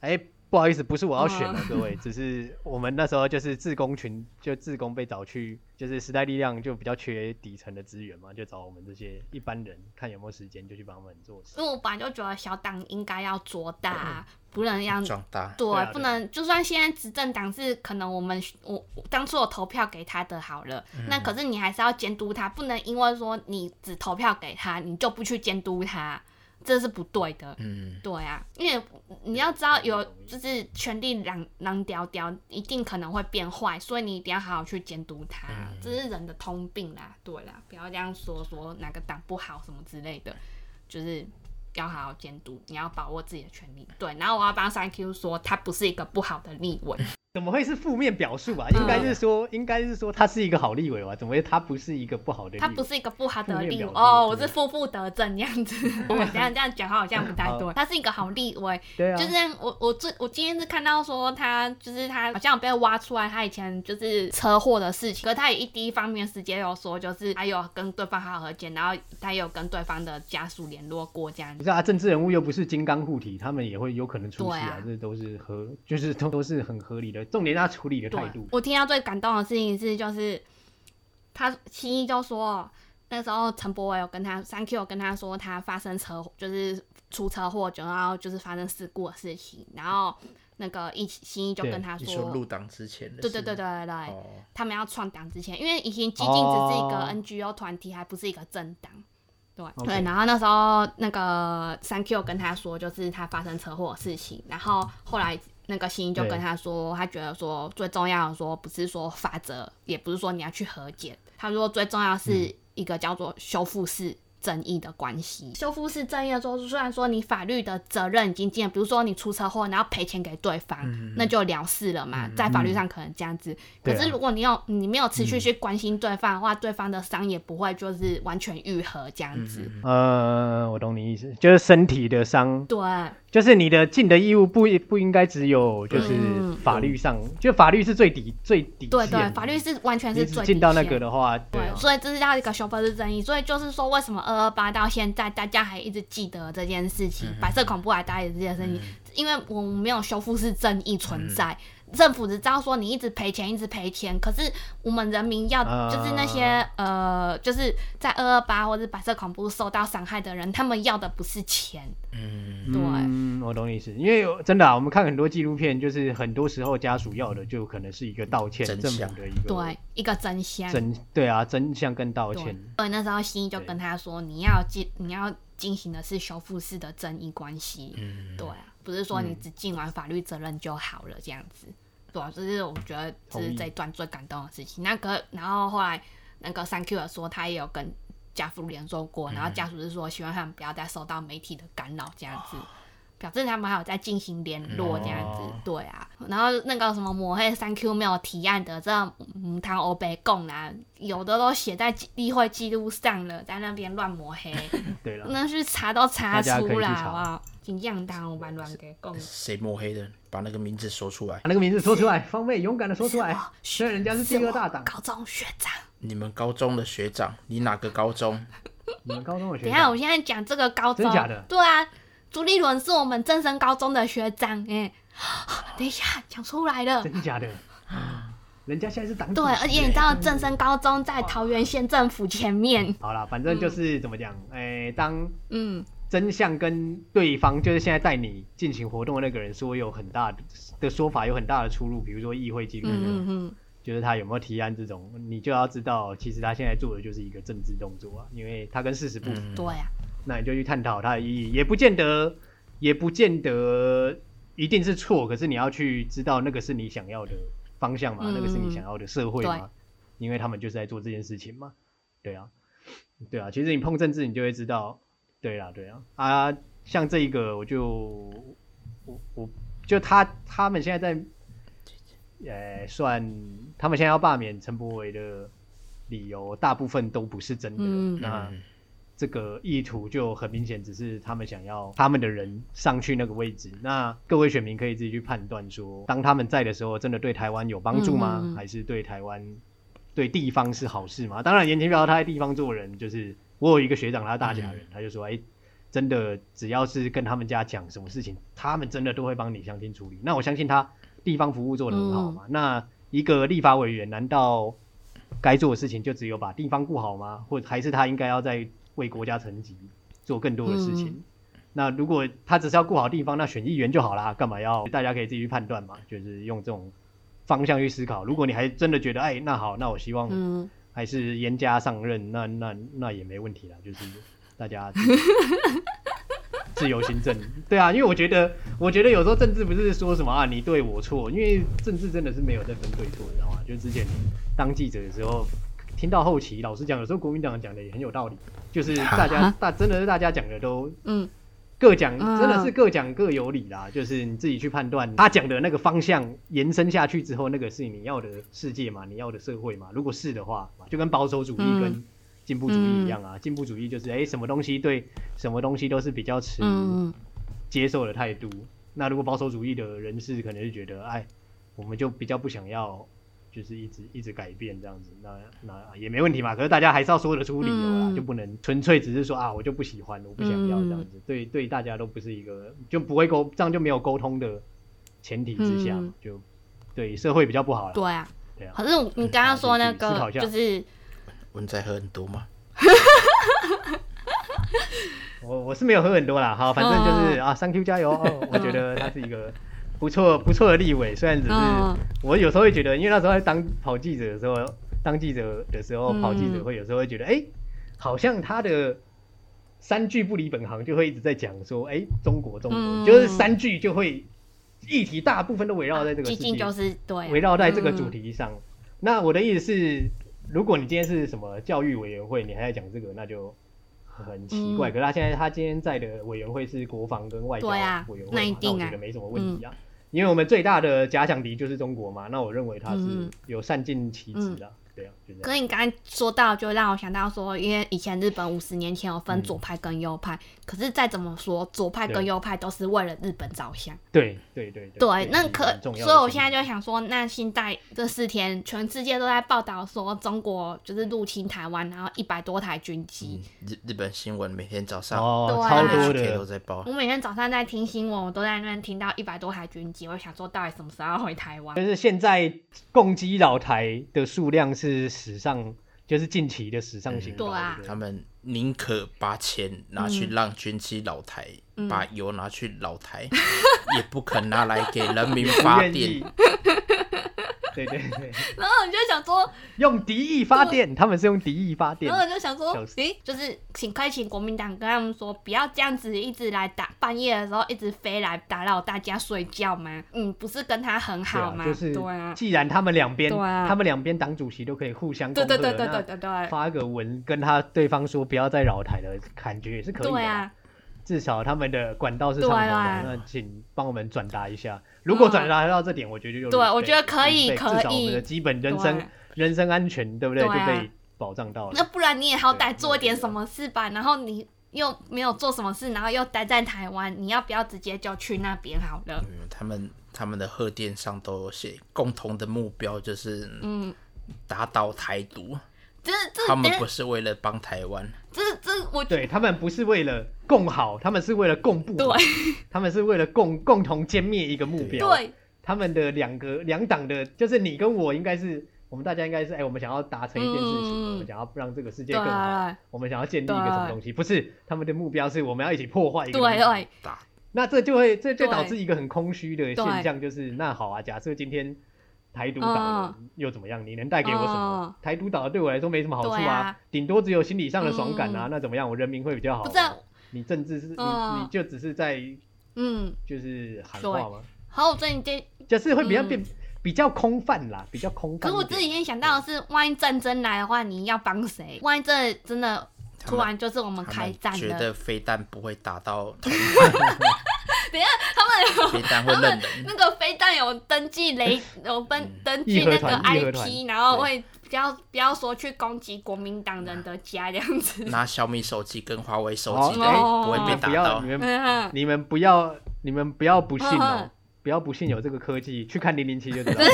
S1: 哎，不好意思，不是我要选
S3: 嗯
S1: 了，各位，只是我们那时候就是自工群，就自工被找去，就是时代力量就比较缺底层的资源嘛，就找我们这些一般人，看有没有时间就去帮他们做事。
S3: 因为我本来就觉得小党应该要做大，不能让
S2: 壮大，
S3: 对，
S1: 嗯对啊对啊
S3: 不能就算现在执政党是可能我们我我当初我投票给他的好了，
S1: 嗯
S3: 那可是你还是要监督他，不能因为说你只投票给他，你就不去监督他，这是不对的。
S2: 嗯，
S3: 对啊，因为你要知道有就是权力狼狼屌屌，一定可能会变坏，所以你一定要好好去监督它，
S1: 嗯
S3: 这是人的通病啦。对啦，不要这样说说哪个党不好什么之类的，就是要好 好监督，你要把握自己的权利。对，然后我要帮三 Q 说，他不是一个不好的立委，
S1: 怎么会是负面表述吧？啊应该是
S3: 嗯
S1: 说，应该是说他是一个好立委吧？怎么会他不是一个不好的立委？
S3: 他不是一个不好的
S1: 负
S3: 例
S1: 面表
S3: 哦，
S1: 述
S3: 我是
S1: 对
S3: 负负得正 这样子，我这样这样讲话好像不太对。他是一个好例外，
S1: 对啊，
S3: 就是我我最我今天是看到说他就是他好像有被挖出来他以前就是车祸的事情，可是他也一第一方面时间有说就是他有跟对方好好和解，然后他也有跟对方的家属联络过这样
S1: 不。是啊，政治人物又不是金刚护体，他们也会有可能出事啊，
S3: 对啊
S1: 这都是合，就是都都是很合理的。重点他处理的
S3: 对
S1: 态度，，
S3: 我听到最感动的事情是，就是他青衣就说，那时候陈柏伟有跟他三 Q 有跟他说他发生车祸，就是出车祸，然后就是发生事故的事情，然后那个一新一就
S1: 对
S3: 跟他
S2: 你
S3: 说，
S2: 说入党之前的
S3: 对
S2: 事
S3: 对对对对对，
S2: 哦，
S3: 他们要创党之前，因为以前激进只是一个
S1: 哦
S3: NGO 团体，还不是一个政党。对
S1: OK
S3: 对，然后那时候那个三 Q 跟他说，就是他发生车祸的事情，然后后来那个新一就
S1: 对
S3: 跟他说，他觉得说最重要的说不是说法则，也不是说你要去和解，他说最重要
S1: 嗯
S3: 是一个叫做修复式。正义的关系，修复式正义的说，虽然说你法律的责任已经尽了，比如说你出车祸，然后赔钱给对
S1: 嗯
S3: 方，那就了事了嘛，在法律上可能这样子。可
S1: 对啊
S3: 是如果你有你没有持续去关心对方的话，对方的伤也不会就是完全愈合这样子。
S1: 呃，我懂你意思，就是身体的伤，
S3: 对，
S1: 就是你的尽的义务不不应该只有就是
S3: 嗯
S1: 法律上，就法律是最底最底线
S3: 对
S1: 的，
S3: 对，法律是完全
S1: 你
S3: 是
S1: 只
S3: 最
S1: 进到
S3: 底
S1: 那
S3: 线
S1: 个的话，对
S3: 对
S1: 啊，
S3: 所以这是要一个修复式正义。所以就是说，为什么二二八到现在大家还一直记得这件事情，
S1: 嗯
S3: 白色恐怖还大家一直记得这件事情，因为我们没有修复式正义存在。
S1: 嗯
S3: 政府只知道说你一直赔钱，一直赔钱，可是我们人民要
S1: 啊
S3: 就是那些、呃，就是在二二八或者白色恐怖受到伤害的人，他们要的不是钱，
S2: 嗯，
S3: 对
S1: 嗯，我懂你意思，因为有真的啊，我们看很多纪录片，就是很多时候家属要的就可能是一个道歉，
S2: 真
S1: 政
S2: 相
S1: 府的一个
S3: 对，一个真相。
S1: 真对啊，真相跟道歉
S3: 对，，所以那时候新一就跟他说，你要进，你要进行的是修复式的正义关系，
S2: 嗯
S3: 对啊，不是说你只尽完法律责任就好了这样子，对啊，这是我觉得这
S1: 同
S3: 是
S1: 意
S3: 这一段最感动的事情。那个，然后后来那个三 Q 也说，他也有跟家属联络过，
S1: 嗯
S3: 然后家属是说希望他们不要再受到媒体的干扰这样子。
S1: 哦
S3: 表示他们还有在进行联络这样子，
S2: 哦
S3: 对啊，然后那个什么抹黑三 Q 没有提案的，这母汤欧北贡啦，有的都写在例会记录上了，在那边乱抹 黑，
S1: 对了，
S3: 那是查都查
S1: 大家可以
S3: 出
S1: 去
S3: 来
S1: 查
S3: 好不好？请酱汤我蛮乱给贡，
S2: 谁抹黑的？把那个名字说出来
S1: 把。那个名字说出来，方妹勇敢的说出 来
S3: 是我，
S1: 虽然人家是第二大党
S3: 是我，高中学长。
S2: 你们高中的学长，你哪个高中？
S1: 你们高中的学
S3: 啊等一下，
S1: 长
S3: 我现在讲这个高中，
S1: 真假的
S3: 对啊，朱立伦是我们正声高中的学长哎、 等一下讲出来了。
S1: 真假的，人家现在是党主
S3: 对，
S1: 席
S3: 而且你
S1: 欸
S3: 知道正声高中在桃园县政府前面，
S1: 好啦，反正就是怎么讲，哎，当
S3: 嗯，
S1: 真相跟对方就是现在带你进行活动的那个人说有很大的的说法有很大的出入，比如说议会纪律，啊
S3: 嗯嗯嗯，
S1: 就是他有没有提案这种，你就要知道，其实他现在做的就是一个政治动作啊，因为他跟事实不符，
S2: 嗯
S3: 对啊，
S1: 那你就去探讨它的意义，也不见得，也不见得一定是错，可是你要去知道那个是你想要的方向嘛，
S3: 嗯
S1: 那个是你想要的社会嘛，因为他们就是在做这件事情嘛，对啊，对啊，其实你碰政治，你就会知道，对啦，对啊，啊，像这一个我就我我就他他们现在在，呃，算他们现在要罢免陈柏维的理由，大部分都不是真的，
S3: 嗯
S1: 那。
S2: 嗯
S1: 这个意图就很明显，只是他们想要他们的人上去那个位置。那各位选民可以自己去判断说，当他们在的时候，真的对台湾有帮助吗？
S3: 嗯嗯嗯
S1: 还是对台湾对地方是好事吗？当然，严清标他在地方做人，就是我有一个学长，他大甲人，他就说，哎、真的只要是跟他们家讲什么事情，他们真的都会帮你相亲处理。那我相信他地方服务做得很好嘛。那一个立法委员，难道该做的事情就只有把地方顾好吗？或者还是他应该要在为国家层级做更多的事情？那如果他只是要顾好地方，那选议员就好啦，干嘛要？大家可以自己去判断嘛，就是用这种方向去思考。如果你还真的觉得，哎，那好，那我希望
S3: 嗯，
S1: 还是严家上任，那那那也没问题啦，就是大家自己自由行政。对啊，因为我觉得，我觉得有时候政治不是说什么啊你对我错，因为政治真的是没有在分对错，你知道吗？就之前当记者的时候，听到后期，老实讲，有时候国民党讲的也很有道理，就是大家大真的是大家讲的都
S3: 嗯，
S1: 各讲
S3: 嗯
S1: 真的是各讲各有理啦，就是你自己去判断他讲的那个方向延伸下去之后，那个是你要的世界嘛，你要的社会嘛。如果是的话，就跟保守主义
S3: 嗯
S1: 跟进步主义一样啊，进、步主义就是哎、什么东西对什么东西都是比较持
S3: 嗯
S1: 接受的态度。那如果保守主义的人士可能就觉得，哎，我们就比较不想要，就是一直一直改变这样子，那那也没问题嘛。可是大家还是要说得出理由啦，
S3: 嗯
S1: 就不能纯粹只是说啊，我就不喜欢，我不想要这样子，对对，大家都不是一个就不会沟，这样就没有沟通的前提之下，
S3: 嗯
S1: 就对社会比较不好了。
S3: 对啊。
S1: 对啊，
S3: 可是你刚刚说那
S1: 思考
S3: 个
S1: 一下
S3: 就是
S2: 文在喝很多吗？
S1: 我我是没有喝很多啦，好，反正就是、
S3: 嗯
S1: 啊，三 Q 加油哦，我觉得他是一个不错不错的立委，虽然只是。
S3: 嗯
S1: 我有时候会觉得，因为那时候在当跑记者的时候，当记者的时候，
S3: 嗯
S1: 跑记者会有时候会觉得，哎、好像他的三句不离本行，就会一直在讲说，哎、中国，中国，
S3: 嗯
S1: 就是三句就会议题大部分都围绕在这个
S3: 激
S1: 事
S3: 进
S1: 情，
S3: 就是对啊
S1: 围绕在这个主题上。那我的意思是，如果你今天是什么教育委员会，你还在讲这个，那就。很奇怪，
S3: 嗯
S1: 可是他现在他今天在的委员会是国防跟外交委
S3: 对
S1: 员
S3: 啊
S1: 会嘛，
S3: 那一
S1: 我
S3: 定啊
S1: 觉得没什么问题啊。因为我们最大的假想敌就是中国嘛，那我认为他是
S3: 嗯
S1: 有善尽其职的，对啊，就这
S3: 可
S1: 样。
S3: 是你刚刚说到，就让我想到说，因为以前日本五十年前有分左派跟右派，可是再怎么说，左派跟
S1: 嗯对
S3: 右派都是为了日本着想。
S1: 对对对
S3: 对，那
S1: 是
S3: 可
S1: 很，重
S3: 所
S1: 要的
S3: 以我
S1: 事
S3: 现
S1: 情
S3: 在就想说，那现在这四天，全世界都在报道说中国就是入侵台湾，然后一百多台军机。
S2: 嗯日日本新闻每天早上
S1: 哦，
S3: 对啊
S1: 超多
S2: HK 都
S1: 的，
S2: 在报
S3: 我，每天早上在听新闻，我都在那边听到一百多台军机，我想说到底什么时候要回台湾？
S1: 就是现在共击老台的数量是史上，就是近期的史上新高。
S3: 对啊
S1: 不
S2: 他们宁可把钱拿去让军机老台，
S3: 嗯
S2: 把油拿去老台，也不肯拿来给人民发
S1: 不愿
S2: 电
S1: 意。。 对对对，
S3: 然后我就想说，
S1: 用敌意发电，他们是用敌意发电
S3: 然。后我就想说
S1: 笑，死
S3: 诶，就是请快请国民党跟他们说，不要这样子一直来打，半夜的时候一直飞来打扰大家睡觉吗？嗯，不是跟他很
S1: 对
S3: 好
S1: 啊
S3: 吗？，
S1: 就是
S3: 对啊，
S1: 既然他们两边，
S3: 对啊
S1: 他们两边党主席都可以互相
S3: 对
S1: 恭
S3: 对
S1: 贺，
S3: 对对
S1: 那
S3: 对对对，
S1: 发个文跟他对方说不要再扰台了，感觉也是可以的
S3: 对
S1: 啦。
S3: 啊，
S1: 至少他们的管道是畅通
S3: 对
S1: 的，
S3: 啊
S1: 那请帮我们转达一下。如果转达到这点，我觉得就
S3: 对啊
S1: respect，
S3: 我觉得可以
S1: respect，
S3: 可以
S1: 至少我们的基本人
S3: 对啊
S1: 身人身安全，对不对？
S3: 对啊
S1: 就被保障到
S3: 那
S1: 了。
S3: 不然你也好
S1: 对
S3: 歹
S1: 那
S3: 做
S1: 我
S3: 一点
S1: 觉
S3: 什
S1: 得
S3: 么事吧，然后你又没有做什么事，然后又待在台湾，你要不要直接就去那边好了？
S2: 嗯他们他们的贺电上都有写，共同的目标就是
S3: 嗯，
S2: 打倒台独。
S3: 这这
S2: 他们
S3: 等
S2: 不是为了帮台湾，
S3: 这这我
S1: 对他们不是为了共好，他们是为了共不好，
S3: 对
S1: 他们是为了共共同歼灭一个目标。
S3: 对
S1: 他们的两个两党的，就是你跟我应该是，我们大家应该是，哎、我们想要达成一件事情，
S3: 嗯
S1: 我们想要让这个世界
S3: 对
S1: 更好，
S3: 啊
S1: 我们想要建立一个什么东西，不是他们的目标是我们要一起破坏一个
S3: 对
S1: 东西
S3: 对
S2: 打
S1: 那这就会这就
S3: 对
S1: 导致一个很空虚的现象，就是那好啊，假设今天台独倒
S3: 嗯
S1: 了又怎么样？你能带给我什么？台独倒了对我来说没什么好处
S3: 对啊嗯
S1: 啊，顶多只有心理上的爽感啊。那怎么样？我人民会比较好
S3: 不
S1: 啊。
S3: 是啊
S1: 你政治是你
S3: 嗯
S1: 你就只是在
S3: 嗯，
S1: 就是喊话吗？
S3: 好，我最近这
S1: 就是会比较
S3: 嗯
S1: 变比较空泛啦，比较空泛
S3: 可
S1: 一点。
S3: 是我自己先想到的是，万一战争来的话，你要帮谁？万一这真的
S2: 他
S3: 突
S2: 们
S3: 然就是我们
S2: 他
S3: 开
S2: 们
S3: 战
S2: 觉
S3: 了，
S2: 得飞弹不会打到台
S3: 他们 有
S2: 湾，飞弹会认人。
S3: 那个飞弹有登记雷， 有登登记
S1: 嗯义和
S3: 那个
S1: 团义和团
S3: IP，然后会不要不要说去攻击国民党人的家这样子。
S2: 拿小米手机跟华为手机的
S3: 哦
S2: 不会被
S1: 不
S2: 打
S1: 要
S2: 到
S1: 你，们
S3: 嗯，
S1: 你们不要你们不要不信
S3: 嗯
S1: 哦
S3: 嗯，
S1: 不要不信有这个科技，去看零零七就 知道了。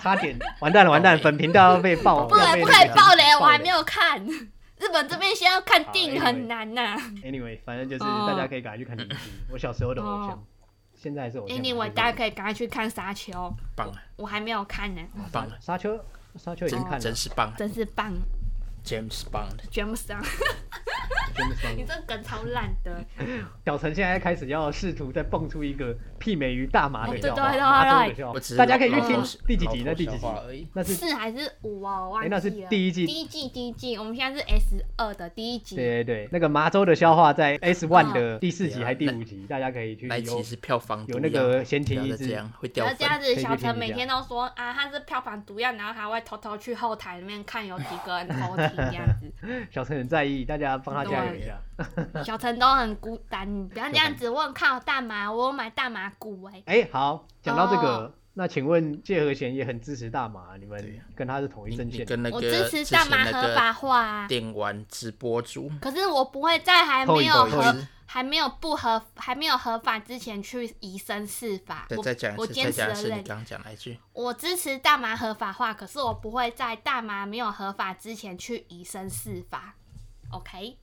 S1: 差点完蛋了，完蛋了，本频道要被爆，
S3: 不
S1: 要
S3: 能
S1: 被
S3: 不可
S1: 那
S3: 以
S1: 个
S3: 爆雷，我还
S1: 爆
S3: 没有看。日本这边现在要看
S1: 好
S3: 定
S1: ，anyway
S3: 很难呐、
S1: Anyway，反正就是
S3: 哦
S1: 大家可以赶快去看第一集，我小时候的偶像
S3: 哦，
S1: 现在还是偶像。
S3: Anyway，大家可以赶快去看《沙丘》，
S2: 棒啊
S3: 我还没有看呢、
S2: 棒啊，
S1: 沙丘，沙丘已经看了，
S2: 真是棒
S3: 真是棒
S2: ，James Bond。
S3: ，James 啊，
S1: 真的是棒
S3: 你这梗超烂的。
S1: 小陈现在开始要试图再蹦出一个媲美于大麻的
S3: 哦
S1: 笑话，
S3: 对对对
S1: 麻州的
S3: 对
S1: 笑话
S2: 我只是
S1: 哦大家可以去
S2: 老
S1: 听
S2: 头
S1: 第几
S2: 老
S1: 集？
S2: 头
S1: 那第
S2: 笑
S1: 几集
S2: 话？而已。
S1: 那是
S3: 四还是五啊？我忘
S1: 哎
S3: 记了。
S1: 那是第一季
S3: 第一季，第一季。我们现在是 S 二的第一集。
S1: 对对对，那个麻州的笑话在 S One
S3: 嗯
S1: 的第四集
S2: 对啊
S1: 还第
S2: 那
S1: 五集，大家可以去
S2: 那一
S1: 有
S2: 集是票房毒
S1: 有那个闲情
S2: 药不
S1: 逸
S2: 要再
S1: 致
S2: 这样会掉
S3: 然后
S2: 粉
S3: 这。样子，小陈
S1: 可以
S3: 每
S1: 去听一
S3: 天都说啊，他是票房毒药，然后还会偷偷去后台里面看有几个人偷听这样 子。
S1: 小陈很在意，大家帮他加油一下。
S3: 小陈都很孤单，不要这样子。我很看好大麻，我有买大麻股哎、
S1: 哎，好，讲到这
S3: 哦
S1: 个，那请问谢和弦也很支持大麻，你
S2: 对
S1: 们
S2: 啊
S1: 跟他是同一
S2: 你
S1: 阵
S2: 你
S1: 线？
S2: 跟那个
S3: 我支持
S2: 之
S3: 大
S2: 前
S3: 麻
S2: 那
S3: 合
S2: 个
S3: 法化啊。
S2: 电玩直播主，
S3: 可是我不会在还没有
S1: 后一波
S3: 合
S2: 后一、
S3: 还没有不合、还没有合法之前去以身试法。
S2: 再
S3: 我
S2: 再讲一
S3: 我
S2: 次，再
S3: 坚持
S2: 讲一
S3: 了
S2: 次，你
S3: 认
S2: 刚刚讲哪一句？
S3: 我支持大麻合法化，可是我不会在大麻没有合法之前去以身试法。OK，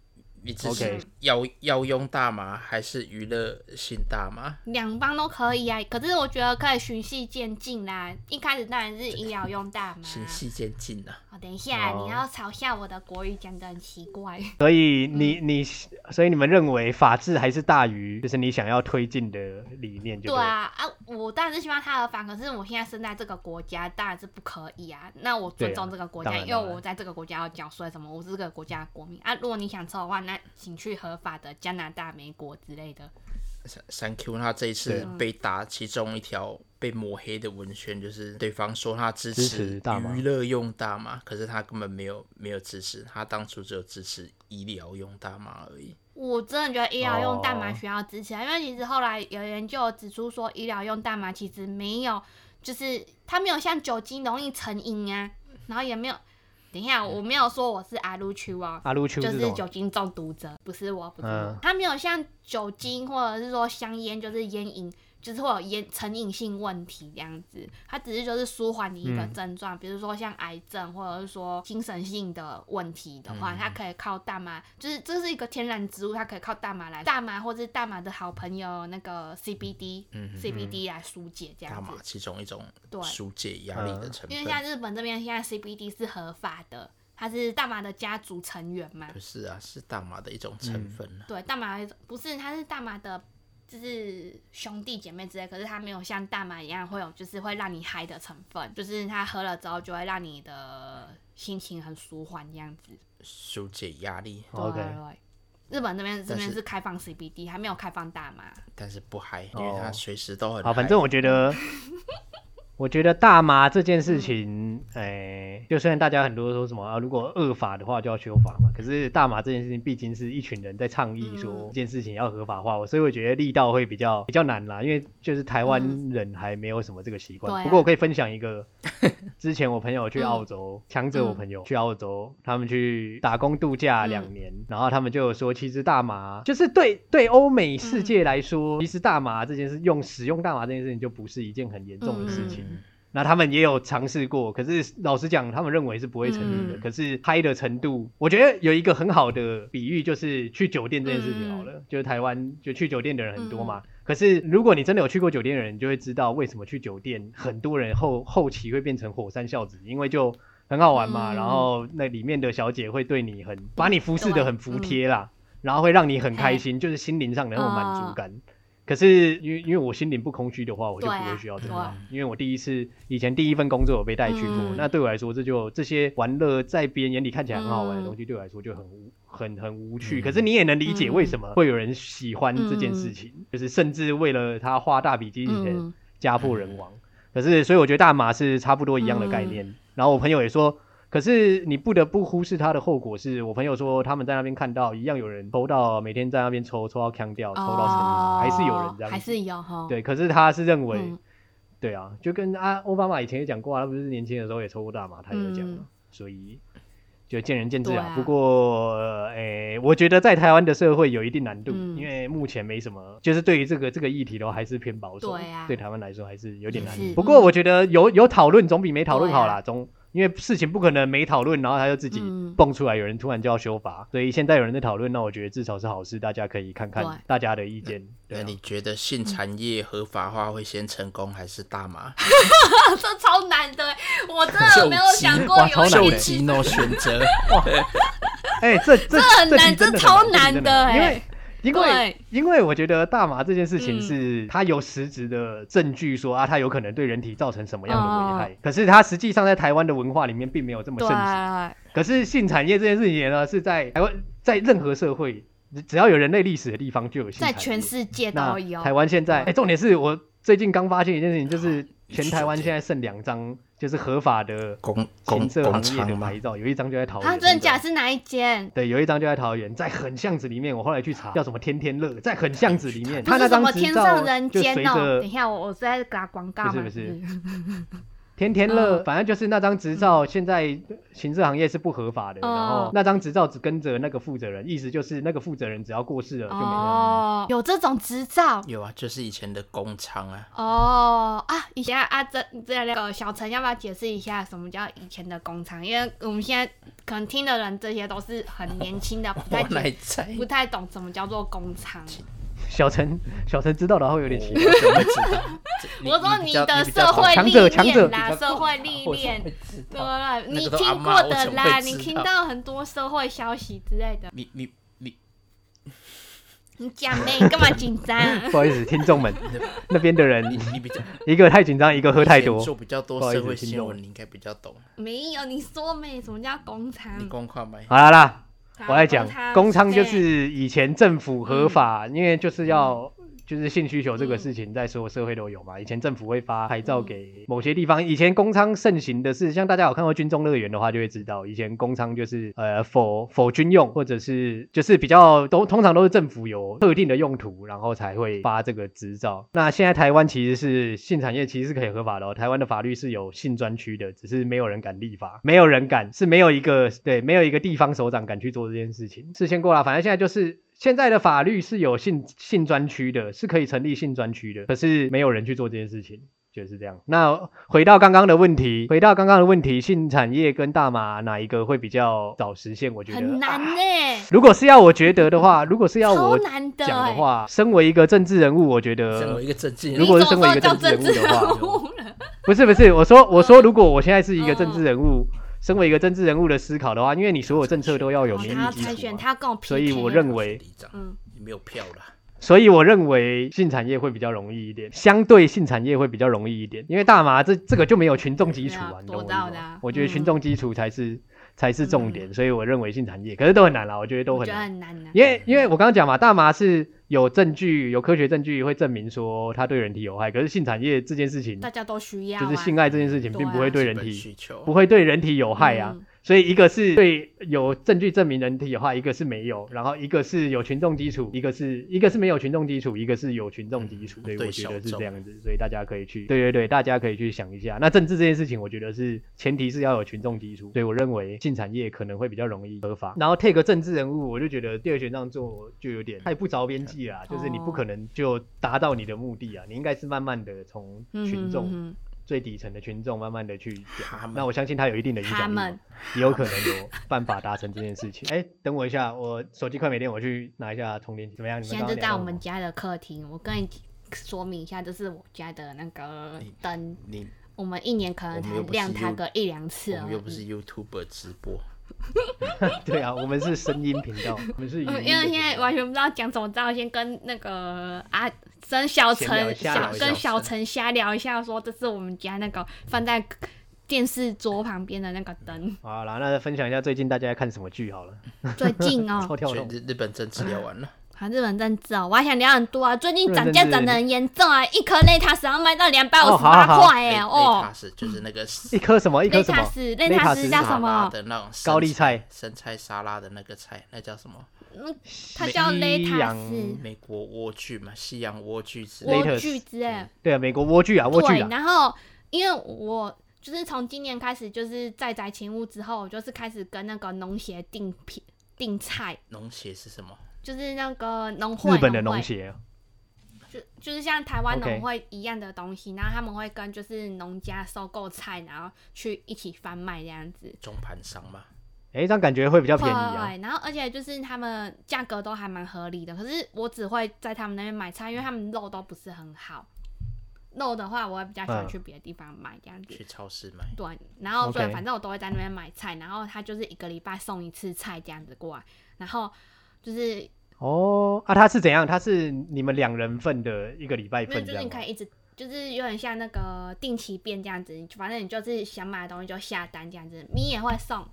S2: 你支持
S1: OK
S2: 药药用大麻还是娱乐性大麻？
S3: 两方都可以啊，可是我觉得可以循序渐进啦。一开始当然是医疗用大麻。
S2: 循 序渐进啊，
S3: 哦，等一下，
S1: 哦
S3: 你要嘲笑我的国语讲的很奇怪。
S1: 所以你
S3: 嗯
S1: 你所以你们认为法治还是大于就是你想要推进的理念就
S3: 对
S1: 了
S3: 啊啊！我当然是希望他合法，可是我现在生在这个国家，当然是不可以啊。那我尊重这个国家，
S1: 对啊当然
S3: 因为我在这个国家要缴税什么，我是这个国家的国民啊。如果你想抽的话，那请去合法的加拿大、美国之类的。
S2: 三三 Q 他这一次
S1: 对
S2: 被打，其中一条被抹黑的文宣就是对方说他支
S1: 支持大麻
S2: 娱乐用大麻，可是他根本没有没有支持，他当初只有支持医疗用大麻而已。
S3: 我真的觉得医疗用大麻
S1: 哦
S3: 需要支持啊，因为其实后来有研究指出说，医疗用大麻其实没有，就是它没有像酒精容易成瘾啊，然后也没有。等一下，我没有说我是阿鲁区哦，
S1: 阿鲁丘
S3: 就
S1: 这
S3: 是
S1: 种
S3: 酒精中毒者，不是我，不是我
S1: 嗯。
S3: 它没有像酒精或者是说香烟，就是烟瘾，就是会有烟成瘾性问题这样子。它只是就是舒缓你一个
S1: 嗯
S3: 症状，比如说像癌症或者是说精神性的问题的
S1: 嗯
S3: 话，它可以靠大麻，就是这是一个天然植物，它可以靠大麻来大麻或是大麻的好朋友那个 CBD，CBD、CBD
S1: 嗯
S3: 来疏解这
S2: 大
S3: 样
S2: 麻
S3: 子。
S2: 其中一种
S3: 对
S2: 疏解压力
S1: 嗯
S2: 的成
S3: 因为
S2: 分，
S3: 像日本这边现在 CBD 是合法的，它是大麻的家族成员嘛，
S2: 不是啊，是大麻的一种
S1: 嗯
S2: 成分啊。
S3: 对，大麻不是，它是大麻的，就是兄弟姐妹之类，可是它没有像大麻一样会有，就是会让你嗨的成分，就是它喝了之后就会让你的心情很舒缓这样子。
S2: 疏解压力，
S3: 对啊
S1: 哦 OK
S3: 对日本这边这
S2: 但
S3: 边
S2: 是
S3: 是开放 CBD，还没有开放大麻。
S2: 但是不嗨，因为他随时都很嗨。
S1: 哦好，反正我觉 得，我觉得大麻这件事情，哎、就虽然大家很多说什么啊，如果恶法的话就要修法嘛，可是大麻这件事情毕竟是一群人在倡议说
S3: 嗯
S1: 这件事情要合法化，所以我觉得力道会比较比较难啦，因为就是台湾人还没有什么这个习惯。
S3: 嗯对啊
S1: 不过我可以分享一 个，之前我朋友去澳
S3: 嗯
S1: 洲，强者我朋友去澳洲，他们去打工度假
S3: 嗯
S1: 两年，然后他们就有说，其实大麻就是对对欧美世界来说，其实大麻这件事用使用大麻这件事情就不是一件很严重的事情。
S2: 嗯
S1: 那他们也有尝试过，可是老实讲，他们认为是不会成瘾的。
S3: 嗯
S1: 可是嗨的程度，我觉得有一个很好的比喻，就是去酒店这件事情好了。
S3: 嗯
S1: 就是台湾就去酒店的人很多嘛，可是如果你真的有去过酒店的人，你就会知道为什么去酒店很多人后后期会变成火山孝子，因为就很好玩嘛。
S3: 嗯
S1: 然后那里面的小姐会对你很把你服侍的很服
S3: 对嗯哎
S1: 帖啦，然后会让你很开心，就是心灵上的那种满足感。可是因为因为我心灵不空虚的话，我就不
S3: 啊对啊
S1: 会需要这个
S3: 对啊
S1: 因为我第一次以前第一份工作我被带去过，
S3: 嗯
S1: 那对我来说这就这些玩乐在别人眼里看起来很好玩的
S3: 嗯
S1: 东西，对我来说就很无很很无趣。
S2: 嗯
S1: 可是你也能理解为什
S3: 嗯
S1: 么会有人喜欢这件事情，就是甚至为了他花大笔金钱
S3: 嗯
S1: 家破人亡。可是所以我觉得大麻是差不多一样的概念。
S3: 嗯
S1: 然后我朋友也说。可是你不得不忽视它的后果是，我朋友说他们在那边看到一样有人抽到，每天在那边抽抽到腔掉，抽到成瘾，还是有人这样子，
S3: 哦还是有哈。
S1: 对，可是他是认为，
S3: 嗯
S1: 对啊，就跟啊奥巴马以前也讲过啊，他不是年轻的时候也抽过大麻，他也有讲嘛，
S3: 嗯
S1: 所以就见仁见智
S3: 对
S1: 啊
S3: 啊。
S1: 不过，呃诶、我觉得在台湾的社会有一定难度，
S3: 嗯
S1: 因为目前没什么，就是对于这个这个议题的话，还是偏保守，
S3: 对啊
S1: 台湾来说还是有点难
S3: 也是嗯
S1: 不过我觉得有有讨论总比没讨论
S3: 对啊
S1: 好啦，总。因为事情不可能没讨论，然后他就自己
S3: 嗯
S1: 蹦出来，有人突然就要修法，所以现在有人在讨论，那我觉得至少是好事，大家可以看看
S3: 对
S1: 大家的意见。对
S2: 那
S1: 啊
S2: 你觉得
S3: 嗯
S2: 性产业合法化会先成功，还是大麻？
S3: 啊这超难的，欸啊我真的没有想过
S1: 哇超
S3: 有
S1: 难
S3: 一
S2: 受
S1: 的
S2: 激哦怒选择，
S1: 哎、这这
S3: 这很
S1: 题真
S3: 难，这
S1: 的
S3: 超
S1: 难
S3: 难的
S1: 因为
S3: 哎。
S1: 因为
S3: 对
S1: 因为我觉得大麻这件事情
S3: 嗯
S1: 是它有实质的证据说啊，它有可能对人体造成什么样的危害
S3: 哦，
S1: 可是它实际上在台湾的文化里面并没有这么
S3: 对啊
S1: 盛行。可是性产业这件事情呢，是在台湾在任何社会，只只要有人类历史的地方就有性
S3: 在
S1: 产业。
S3: 全世界
S1: 那
S3: 都有。嗯
S1: 台湾现在，哎、重点是我最近刚发现一件事情，就是
S2: 你
S1: 全
S2: 是
S1: 台湾
S2: 说
S1: 现在剩两张就是合法的
S2: 工工
S1: 情色
S2: 工
S1: 行业
S2: 厂
S1: 的
S2: 吗
S1: 牌？照，有一张就在桃园。
S3: 啊，真的假？是哪一间？
S1: 对，有一张就在桃园，在很巷子里面。我后来去查，叫什么天天乐，在很巷子里面，
S3: 不
S1: 他
S3: 是
S1: 那
S3: 什
S1: 张
S3: 么
S1: 执
S3: 天
S1: 照
S3: 上人
S1: 就随
S3: 间哦、
S1: 着
S3: 等一下，我我是在给他广告
S1: 不
S3: 嘛？
S1: 是不是天天乐，
S3: 嗯
S1: 反正就是那张执照，现在行政行业是不合法的。
S3: 哦
S1: 然后那张执照只跟着那个负责人，意思就是那个负责人只要过世了就没了。
S3: 哦，有这种执照
S2: 有啊，就是以前的工厂啊，
S3: 哦啊！以前啊，这这那个小陈要不要解释一下什么叫以前的工厂？因为我们现在可能听的人这些都是很年轻的，不太
S2: 我来
S3: 解
S2: 猜，
S3: 不太懂什么叫做工厂。
S1: 小陈，小陈知道的话有
S2: 我
S1: 点
S3: 哦
S1: 奇怪。
S2: 我怎么知道？ 这
S3: 我说
S2: 比
S3: 你
S2: 较
S3: 的
S2: 比较
S3: 社会
S1: 强
S3: 历
S1: 者强者
S3: 练
S2: 比
S3: 啦，
S2: 较
S3: 社会历
S2: 我怎么
S3: 练。
S2: 会知
S3: 对啊
S2: 道
S3: 了，
S2: 那
S3: 你
S2: 个都阿
S3: 听
S2: 嬷
S3: 过
S2: 我
S3: 的
S2: 怎么
S3: 啦，
S2: 会
S3: 你
S2: 知
S3: 听
S2: 道
S3: 到很多社会消息之类的。
S2: 你你你
S3: 你讲呗，你干嘛紧 张？
S1: 不好意思，听众们，那边的人
S2: 你你比较
S1: 一个太紧张，一个 喝太多
S2: 以前。做比较
S1: 不
S2: 多
S1: 好意思
S2: 社会
S1: 听
S2: 新
S1: 众
S2: 闻，你应该比较懂。
S3: 没有，你说没？什么叫工厂？
S2: 你公看没？
S1: 好啦啦，
S3: 好
S1: 我来讲，工仓就。是以前政府合
S3: 嗯
S1: 法，因为就是要。就是性需求这个事情，在所有社会都有嘛。以前政府会发牌照给某些地方，以前工仓盛行的是，像大家有看过军中乐园的话，就会知道，以前工仓就是呃否否军用，或者是就是比较都通常都是政府有特定的用途，然后才会发这个执照。那现在台湾其实是性产业其实是可以合法的、哦，台湾的法律是有性专区的，只是没有人敢立法，没有人敢是没有一个对没有一个地方首长敢去做这件事情。事先过了，反正现在就是现在的法律是有性性专区的，是可以成立性专区的，可是没有人去做这件事情。就是这样。那回到刚刚的问题，回到刚刚的问题，性产业跟大麻哪一个会比较早实现？我觉得
S3: 很难
S1: 啊
S3: 呢、
S1: 如果是要我觉得的 话，如果是要
S3: 超
S1: 我
S3: 难的、
S1: 讲的
S3: 欸。
S1: 话，身为一个政治人物，我觉
S2: 身
S1: 得
S2: 为一个政治人
S1: 呃如果
S2: 物，
S3: 哎你
S1: 是
S3: 怎
S1: 身
S3: 么
S1: 为一
S3: 知道
S1: 个
S3: 叫
S1: 政
S3: 政
S1: 治
S3: 治
S1: 人物的话
S3: 人物了？
S1: 不是不是，我说我
S3: 哦
S1: 说，如果我现在是一个政治人物，身为一个政治人物的思考的话，因为你所有政策都要有
S3: 哦
S1: 民
S3: 他
S1: 意
S3: 要
S1: 基
S3: 参
S1: 础
S3: 选，
S1: 嘛，
S3: 他要跟我 PK。
S1: 所以我认为，
S2: 里长
S3: 嗯，
S2: 没有票啦。
S1: 所以我认为性产业会比较容易一点，相对性产业会比较容易一点，因为大麻这这个就没有群众基础啊
S3: 对啊，
S1: 你懂我意
S3: 多到
S1: 思
S3: 的
S1: 吗
S3: 啊？
S1: 我觉得群
S3: 嗯
S1: 众基础才是才是重点，所以我认为性产业，可是都很难啦，我觉得都
S3: 我
S1: 很
S3: 觉得
S1: 难。
S3: 很难呢、
S1: 因为因为我刚刚讲嘛，大麻是有证据、有科学证据会证明说它对人体有害，可是性产业这件事情，
S3: 大家都需要、啊。
S1: 就是性爱这件事情，
S3: 对啊
S1: 并不会对
S2: 基
S1: 人
S2: 本
S1: 体
S2: 需求
S1: 不会对人体有害啊
S3: 嗯。
S1: 所以一个是对有证据证明人体有害，一个是没有，然后一个是有群众基础，一个是一个是没有群众基础，一个是有群众基础。
S2: 嗯
S1: 所以
S2: 对
S1: 我觉得是
S2: 小众
S1: 这样子，所以大家可以去对对对，大家可以去想一下。那政治这件事情，我觉得是前提是要有群众基础，所以我认为性产业可能会比较容易合法。嗯然后 take 个政治人物，我就觉得第二选项做就有点太不着边际啦，就是你不可能就达到你的目的啊，你应该是慢慢的从群众。
S3: 嗯
S1: 最底层的群众慢慢的去
S2: 他
S1: 讲
S2: 们，
S1: 那我相信他有一定的影
S3: 他
S1: 响力
S3: 们
S1: 嘛，也有可能有办法达成这件事情。哎、等我一下，我手机快没电，我去拿一下充电器，怎么样？你们
S3: 现
S1: 刚刚
S3: 在就在
S1: 聊
S3: 我
S1: 到
S3: 们
S1: 什么
S3: 家的客厅，我跟你说明一下，这是我家的那个
S2: 你
S3: 灯，
S1: 哎
S2: 你
S3: 我们一年可能
S2: 我们
S3: 才
S2: 又不是
S3: 亮它
S2: you-
S3: 个一两次
S2: 我
S3: 而
S2: 们又不是
S3: 已。
S2: YouTuber 直播，
S1: 对啊，我们是声音频道，我们是语音的
S3: 嗯
S1: 频道。
S3: 因为现在完全不知道讲什么，只好先跟那个啊，跟小
S1: 闲聊
S3: 陈
S1: 一下
S3: 小
S1: 聊一下
S3: 跟小陈瞎聊一下，说这是我们家那个放在电视桌旁边的那个灯。
S1: 好啦，那分享一下最近大家在看什么剧好了，
S3: 最近哦，
S1: 超跳
S2: 所以
S1: 动。
S2: 日日本政治聊完了，
S3: 啊，日本政治哦，我还想聊很多啊。最近
S1: 日
S3: 涨
S1: 本
S3: 价
S1: 政治
S3: 涨得很严重啊，一颗内塔斯要卖到两百五
S1: 哦
S3: 十
S1: 好好
S3: 八
S1: 好
S3: 块耶！哦
S2: 他，是就是那个
S1: 一颗什么？一颗
S3: 内
S1: 什
S3: 塔
S1: 么？
S3: 斯，内塔斯
S1: 内
S3: 叫
S1: 塔
S2: 沙拉
S3: 什么？
S2: 的那种生
S1: 高丽菜、
S2: 生菜沙拉的那个菜，那叫什么？
S1: 哎
S3: 嗯，它叫内塔斯
S1: 西
S2: 美国莴苣嘛，西洋莴苣之类
S1: 我
S2: 的。
S3: 莴苣之类。
S1: 对啊，美国莴苣啊，莴
S3: 对
S1: 苣，啊。
S3: 然后因为我就是从今年开始，就是在宅勤务之后，我就是开始跟那个农协订品订菜，
S2: 农协是什么？
S3: 就是那个农会
S1: 日本的
S3: 会
S1: 农协啊，
S3: 就就是像台湾
S1: OK
S3: 农会一样的东西，然后他们会跟就是农家收购菜，然后去一起贩卖这样子。
S2: 中盘商嘛。
S1: 哎，这样感觉会比较
S3: 会
S1: 便宜
S3: 会
S1: 啊。
S3: 会，然后而且就是他们价格都还蛮合理的，可是我只会在他们那边买菜，因为他们肉都不是很好。肉的话，我会比较喜欢
S1: 嗯
S3: 去别的地方买这样子。
S2: 去超市买。
S3: 对，然后对，
S1: OK
S3: 反正我都会在那边买菜，然后他就是一个礼拜送一次菜这样子过来，然后就是
S1: 哦，啊，他是怎样？他是你们两人份的一个礼拜
S3: 没有，
S1: 份
S3: 就
S1: 这
S3: 是
S1: 样
S3: 你
S1: 吗
S3: 可以一直，就是有点像那个定期变这样子，反正你就是想买的东西就下单这样子，米也会送。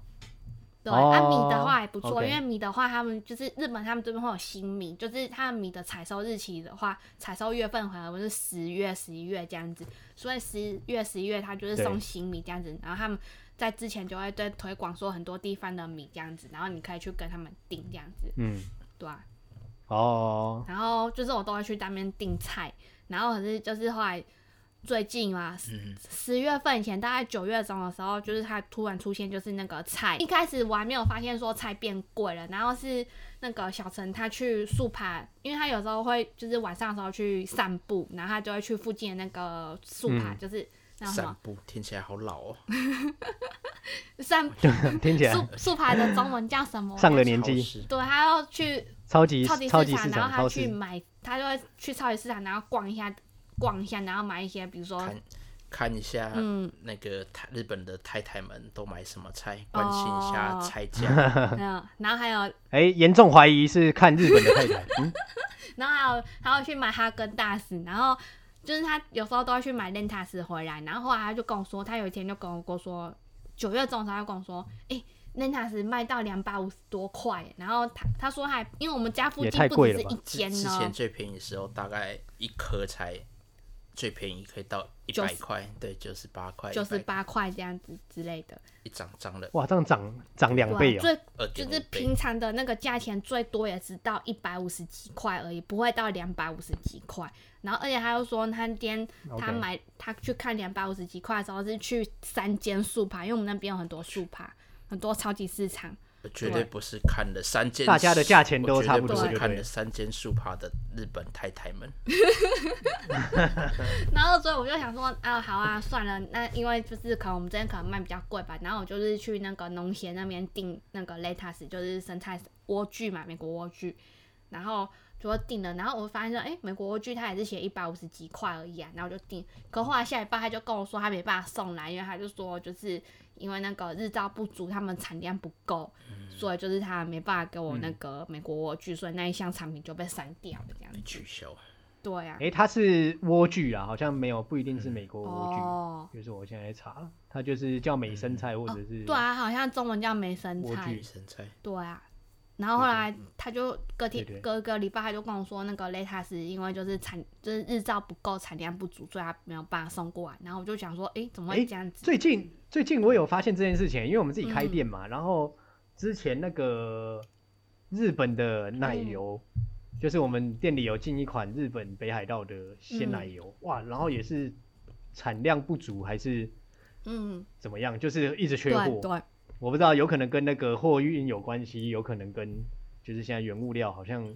S3: 对，
S1: 哦
S3: 啊，米的话也不错
S1: OK
S3: 因为米的话，他们就是日本，他们这边会有新米，就是他们米的采收日期的话，采收月份可能是十月、十一月这样子，所以十月、十一月他就是送
S1: 对
S3: 新米这样子，然后他们在之前就会在推广说很多地方的米这样子，然后你可以去跟他们订这样子，
S1: 嗯，
S3: 对啊，
S1: 哦，
S3: 然后就是我都会去那边订菜，然后可是就是后来最近嘛，十
S2: 嗯
S3: 十月份以前，大概九月中的时候，就是它突然出现就是那个菜，一开始我还没有发现说菜变贵了，然后是那个小陈他去树爬，因为他有时候会就是晚上的时候去散步，然后他就会去附近的那个树爬，
S1: 嗯
S3: 就是那什
S2: 散
S3: 么
S2: 步听起来好老哦，
S3: 散
S1: 听起来
S3: 树树爬的中文叫什么？
S1: 上了年纪
S2: 超市
S3: 对，他要去
S1: 超级
S3: 超级
S1: 超
S3: 市
S1: 级
S3: 场，
S1: 市
S3: 然后
S1: 场
S3: 他
S1: 超
S3: 去
S1: 市，
S3: 买，他就会去超级市场，然后逛一下，逛一下，然后买一些，比如说，
S2: 看看一下
S3: 哦嗯
S2: 那个太日本的太太们都买什么菜，关心一下
S3: 哦
S2: 菜 价。
S3: 嗯，然后还有，
S1: 哎，严重怀疑是看日本的太 太，嗯，
S3: 然后还有，还有去买哈根达斯，然后就是他有时候都会去买 Lentas 回来，然后后来他就跟我说，他有一天就跟我说，九月中的时候他就跟我说，哎、Lentas 卖到两百五十多块，然后他他说还因为我们家附
S1: 也
S3: 近
S1: 太
S3: 不
S1: 贵
S3: 只
S1: 了
S3: 是
S1: 吧
S3: 一
S2: 之
S3: 间
S2: 之
S3: 哦
S2: 前，最便宜的时候，大概一颗才最便宜可以到一
S3: 九
S2: 百
S3: 十
S2: 块，对，九十八块，
S3: 九十
S2: 100
S3: 八块这样子之类的，
S2: 一张张的
S1: 哇，这样涨涨两
S3: 对
S1: 倍哦，
S3: 啊，最
S2: 二
S3: 就
S2: 点
S3: 是平常的那个价钱最多也只到一百五十几块而已，不会到两百五十几块。然后而且他又说，他那天
S1: OK
S3: 他买他去看两百五十几块的时候是去三间速爬，因为我们那边有很多速爬，很多超级市场。
S2: 我绝对不是看了三间，
S1: 大家的价钱都
S2: 我绝对
S1: 差不
S3: 多
S2: 是
S3: 就
S1: 对
S2: 看
S1: 了
S2: 了三间树爬的日本太太们，
S3: 然后所以我就想说，啊，好啊，算了，那因为就是可能我们这边可能卖比较贵吧，然后我就是去那个农协那边订那个 lettuce，就是生菜莴苣嘛，美国莴苣，然后就订了，然后我发现说，哎、美国莴苣它也是写一百五十几块而已啊，然后我就订，可后来下礼拜他就跟我说他没办法送来，因为他就说就是因为那个日照不足，他们产量不够，所以就是他没办法给我那个美国莴苣，所以那一项产品就被删掉了这样子，
S2: 取消。
S3: 对啊，
S1: 哎，它是莴苣啊，好像没有不一定是美国莴苣，
S3: 哦。
S1: 就是我现在查，它就是叫美生菜或者是
S3: 对啊，好像中文叫梅生
S1: 莴
S3: 菜
S1: 苣
S2: 女，生菜
S3: 对啊。然后后来他就隔天
S1: 对对
S3: 隔一个礼拜，他就跟我说，那个 Latas 因为就是产就是日照不够，产量不足，所以他没有办法送过来。然后我就想说，诶，怎么会
S1: 诶
S3: 这样子？
S1: 最近最近我有发现这件事情，因为我们自己开店嘛，
S3: 嗯
S1: 然后之前那个日本的奶油，
S3: 嗯
S1: 就是我们店里有进一款日本北海道的鲜奶油，哇，然后也是产量不足还是
S3: 嗯，
S1: 怎么样，就是一直
S3: 对
S1: 缺货。
S3: 对，
S1: 我不知道，有可能跟那个货运有关系，有可能跟就是现在原物料好像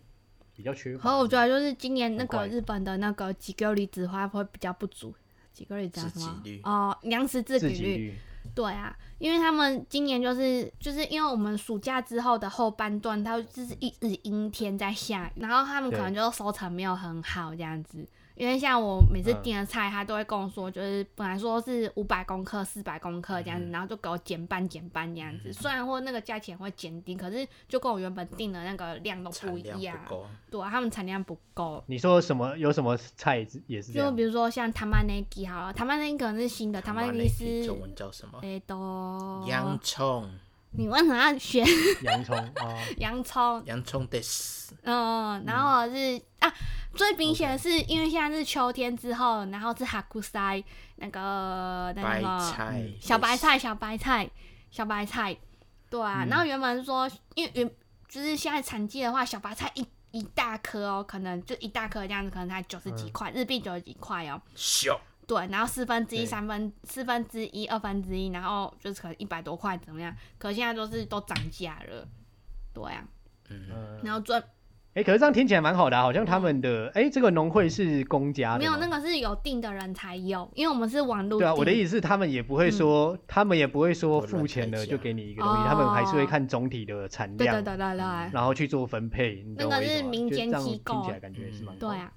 S1: 比较缺乏。
S3: 然后我觉得就是今年那个
S1: 很快
S3: 日本的那个几个离子花会比较不足，几个离子花
S2: 自
S3: 什么
S2: 给率？
S3: 哦，粮食自
S1: 自
S3: 给
S1: 给
S3: 率。
S1: 率，
S3: 对啊，因为他们今年就是就是因为我们暑假之后的后半段，它就是一直阴天在下雨，然后他们可
S1: 对
S3: 能就收成没有很好这样子。因为像我每次订的菜，他都会跟我说，就是本来说是五百公克、四百公克这样子，然后就给我减半、减半这样子。虽然说那个价钱会减低，可是就跟我原本订的那个量都不
S2: 产量
S3: 一样
S2: 不，够，
S3: 对、啊，他们产量不够。
S1: 你说什么？有什么菜也是这
S3: 就
S1: 样？
S3: 比如说像 tamaneki 好了，tamaneki 可能是新的，tamaneki 哦是
S2: 中文叫什么？
S3: 诶都
S2: 洋葱，
S3: 你为什么要学
S1: 洋葱啊，
S3: 洋葱？
S2: 洋葱得死。
S3: 嗯，然后是、啊，最明显的是因为现在是秋天之后，然后是哈库塞那个那
S2: 白
S3: 个什么
S1: 嗯
S2: 菜，
S3: 哦小白，菜，小白菜，小白菜，对啊。然后原本是说，因为原就是现在产季的话，小白菜一一大颗哦，可能就一大颗这样子，可能才九十几块、日币，九十几块哦。
S2: 小
S3: 嗯对，然后四分之一、
S1: 对
S3: 三分、四分之一、二分之一，然后就是可能一百多块怎么样？可现在都是都涨价了，对啊。
S1: 嗯。
S3: 然后最
S1: 哎、可是这样听起来蛮好的、啊，好像他们的哎、这个农会是公家的吗，
S3: 没有，那个是有订的人才有，嗯因为我们是网络订。
S1: 对啊，我的意
S3: 思
S1: 思是他们也不会说，他们也不会说
S2: 不会乱
S1: 付钱了
S2: 开价
S1: 就给你一个东西，
S3: 哦
S1: 他们还是会看总体的产
S3: 对
S1: 量，
S3: 对对对对，
S1: 然后去做分配。你懂
S3: 那个
S1: 我意思
S3: 是
S1: 吗
S3: 民
S1: 就
S3: 间
S1: 这样
S3: 机构
S1: 听起来感觉是蛮好的
S3: 对啊，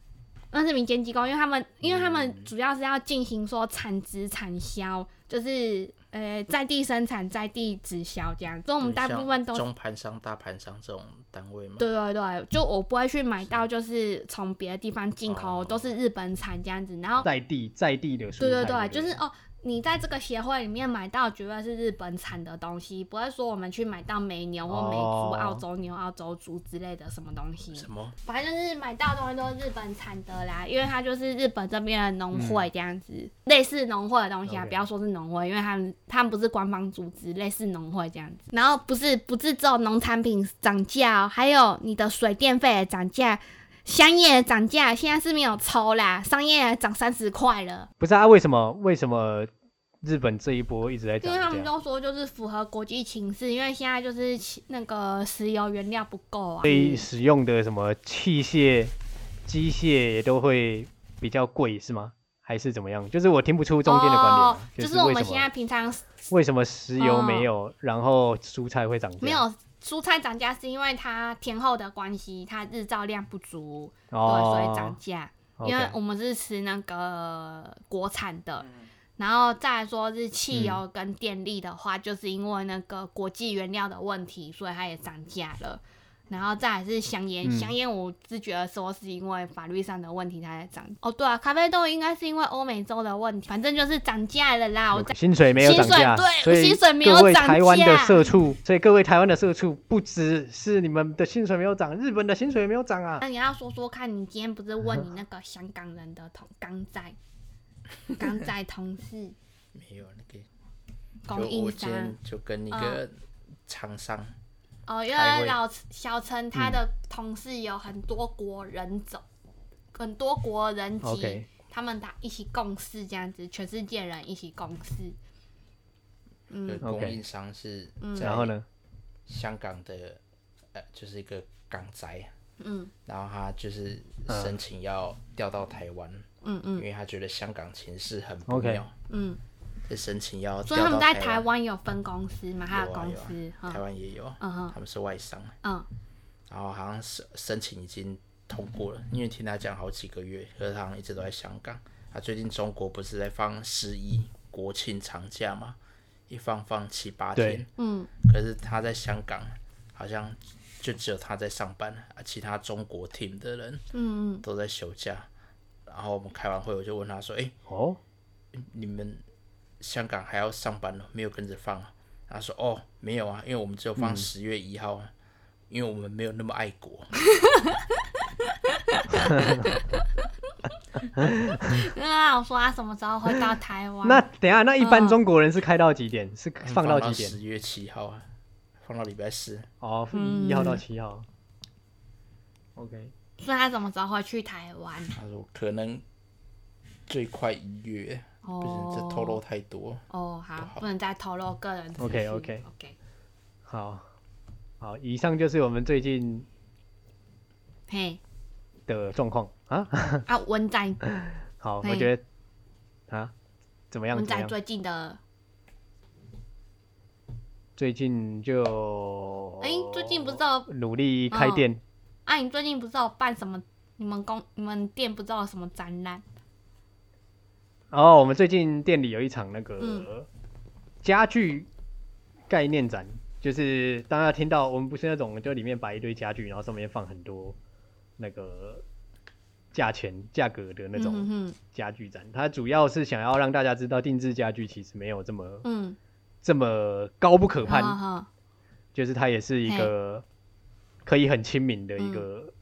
S3: 那是民
S1: 嗯
S3: 间机构，因为他们因为他们主要是要进行说产值产销，就是呃在地生产、在地直销这样，所以我们大部分都
S2: 像
S3: 是
S2: 中盘商、大盘商这种单位嘛。
S3: 对对对，就我不会去买到就是从别的地方进口，
S2: 哦
S3: 都是日本产这样子。然后
S1: 在地在地的蔬菜
S3: 对对
S1: 不，
S3: 对，就是哦，你在这个协会里面买到绝对是日本产的东西，不会说我们去买到美牛或美猪、
S1: 哦
S3: 澳洲牛、澳洲猪之类的什么东西。
S2: 什么？
S3: 反正就是买到的东西都是日本产的啦，因为它就是日本这边的农会这样子，类似农会的东西啊，
S1: 嗯 OK
S3: 不要说是农会，因为他们他们不是官方组织，类似农会这样子。然后不是不是只有农产品涨价、哦，还有你的水电费也涨价，商业也涨价，现在是没有抽啦，商业也涨三十块了，
S1: 不是啊？为什么为什么日本这一波一直在
S3: 因
S1: 涨
S3: 为
S1: 价？
S3: 他们都说就是符合国际情势，因为现在就是其那个石油原料不够啊，
S1: 被使用的什么器械、机械也都会比较贵是吗？还是怎么样？就是我听不出中间的观点了、
S3: 哦，就是我
S1: 为
S3: 们
S1: 什
S3: 现在
S1: 么
S3: 平常
S1: 为什么石油
S3: 嗯
S1: 没有，然后蔬菜会涨价？
S3: 没有蔬菜涨价是因为它天候的关系，它日照量不足，对，所以涨
S1: 哦，
S3: 价。
S1: OK
S3: 因为我们是吃那个国产的，
S2: 嗯
S3: 然后再来说是汽油跟电力的话，就是因为那个国际原料的问题，所以它也涨价了。然后再来是香烟，
S1: 嗯
S3: 香烟我是觉得说是因为法律上的问题它才涨。哦，对啊，咖啡豆应该是因为欧美洲的问题，反正就是涨价了啦。我再
S1: 薪水没有涨价，
S3: 薪水对
S1: 所以
S3: 薪水没有
S1: 各位
S3: 涨价
S1: 台湾的社畜，所以各位台湾的社畜，不只是你们的薪水没有涨，日本的薪水也没有涨啊。
S3: 那你要说说看，你今天不是问你那个香港人的同港仔，港仔同事
S2: 没有那个，
S3: 供
S2: 就我
S3: 应
S2: 今
S3: 商嗯
S2: 天就跟一个厂商，
S3: 哦，因
S2: 开
S3: 为
S2: 会
S3: 老小陈他的同事有很多国人种，很多国人籍
S1: OK
S3: 他们打一起共事这样子，全世界人一起共事。
S2: 就
S3: 嗯，
S2: 供
S1: OK
S2: 应商是
S3: 嗯
S2: 在
S1: 然后呢？
S2: 香港的，呃，就是一个港宅，
S3: 嗯
S2: 然后他就是申请要调到台湾，
S3: 嗯嗯
S2: 因为他觉得香港情势很不
S1: OK
S2: 妙，
S3: 嗯，
S2: 就申请要调
S3: 所以他
S2: 到
S3: 们在
S2: 台
S3: 台湾有分公司嘛，他的
S2: 有啊
S3: 公
S2: 有
S3: 司，
S2: 啊，台
S3: 嗯
S2: 湾也有，
S3: 嗯哼
S2: 他们是外商，
S3: 嗯，
S2: 然后好像申申请已经通过了，因为听他讲好几个月，可是他好像一直都在香港。他最近中国不是在放十一国庆长假嘛，一放放七八天
S1: 对，
S3: 嗯，
S2: 可是他在香港好像就只有他在上班，啊，其他中国 team 的人
S3: 嗯
S2: 都在休假。然后我们开完会，我就问他说：“诶，
S1: 哦，
S2: 你们香港还要上班了，没有跟着放啊？”他说：“哦，没有啊，因为我们只有放十月一号啊，因为我们没有那么爱国。”啊
S3: 嗯，因为他有说他什么时候会 到台湾？
S1: 那等一下，那一般
S3: 嗯
S1: 中国人是开到几点？是放到几点？
S2: 十月七号啊，放到礼拜四。
S1: 哦，
S3: 嗯
S1: 一号到七号。OK，
S3: 所以他什么时候会去台湾？
S2: 他说可能最快一月，不行，
S3: 哦
S2: 这，透露太多。
S3: 哦，好
S2: 不，好
S3: 不能再透露个人资讯。
S1: OK，OK
S3: OK，
S1: 好，好，以上就是我们最近
S3: 嘿，
S1: 的状况啊。
S3: 啊，文仔，
S1: 好，
S3: 嘿
S1: 我觉得啊，怎么样？
S3: 文
S1: 怎么
S3: 仔
S1: 样？
S3: 最近的，
S1: 最近
S2: 哦
S1: 就
S3: 哎，最近不是有，
S1: 努力开
S3: 嗯
S1: 店，
S3: 啊，你最近不是有办什么？你们公你们店不知道有什么展览？
S1: 然后我们最近店里有一场那
S3: 嗯
S1: 个家具概念展，就是大家听到我们不是那种就里面摆一堆家具，然后上面放很多那个价钱价格的那
S3: 嗯
S1: 种
S3: 哼
S1: 家具展，它主要是想要让大家知道定制家具其实没有这么
S3: 哼，嗯，
S1: 这么高不可
S3: 好
S1: 攀，
S3: 好好，
S1: 就是它也是一个可以很亲民的一个
S3: 嗯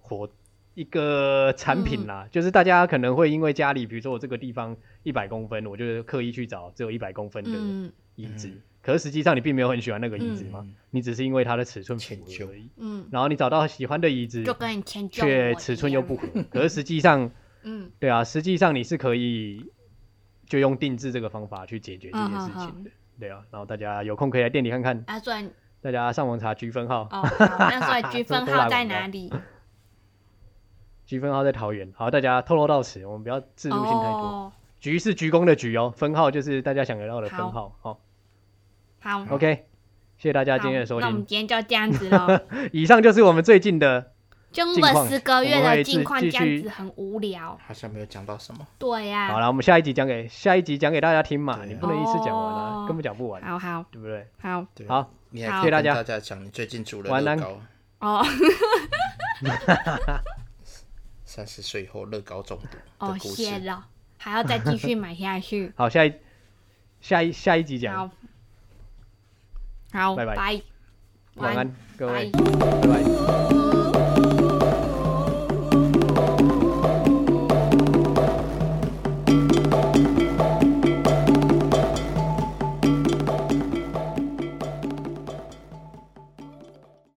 S1: 活、一个产品啦。就是大家可能会因为家里，比如说我这个地方一百公分，我就刻意去找只有一百公分的
S3: 嗯
S1: 椅子，
S2: 嗯
S1: 可是实际上你并没有很喜欢那个椅子嘛，
S2: 嗯
S1: 你只是因为它的尺寸符
S2: 迁就
S1: 合而已。
S3: 嗯，
S1: 然后你找到喜欢的椅子
S3: 就，跟你迁就我一
S1: 却
S3: 样，
S1: 尺寸又不合，可是实际上，
S3: 嗯
S1: 对啊，实际上你是可以就用定制这个方法去解决这件
S3: 嗯
S1: 事
S3: 好
S1: 情的。对啊，然后大家有空可以来店里看看，
S3: 啊， 所以
S1: 大家上网查区分号，
S3: 哦，好，那所以区分
S1: 都来
S3: 号
S1: 我
S3: 在
S1: 们
S3: 哪
S1: 家
S3: 里？
S1: 菊分号在桃园。好，大家透露到此，我们不要 自入性太多。
S3: 哦，
S1: 菊、是鞠躬的鞠哦，分号就是大家想得到的分号。好
S3: 好，
S1: o k 谢谢大家今天的
S3: 好
S1: 收
S3: 那我们
S1: 听。
S3: 今天就这样子喽。
S1: 以上就是我们最近的
S3: 就
S1: 近况
S3: 问十个月
S1: 我们
S3: 的
S1: 会继
S3: 近况，这
S1: 继
S3: 样
S1: 续
S3: 子很无聊。
S2: 好像没有讲到什么。
S3: 对啊呀、
S1: 好了，我们下一集讲给下一集讲给大家听嘛，
S2: 对啊
S1: 你不能一次讲完啊
S3: 哦，
S1: 根本讲不完，
S3: 好好
S1: 对不对？
S3: 好
S2: 对，啊
S1: 好，
S2: 你还
S3: 好
S2: 可以
S3: 谢谢
S2: 跟
S1: 大家
S2: 大家讲你最近煮了
S1: 晚
S2: 乐
S1: 安。
S2: 高，
S3: 哦
S2: 三十岁以后乐高中毒
S3: 哦，
S2: 的故事。
S3: 谢了，还要再继续买下去
S1: 好，下一下一下一集讲
S3: 好，，好，
S1: 拜拜
S3: 拜，
S1: 晚安，各位，
S3: 拜
S1: 拜拜。
S3: 拜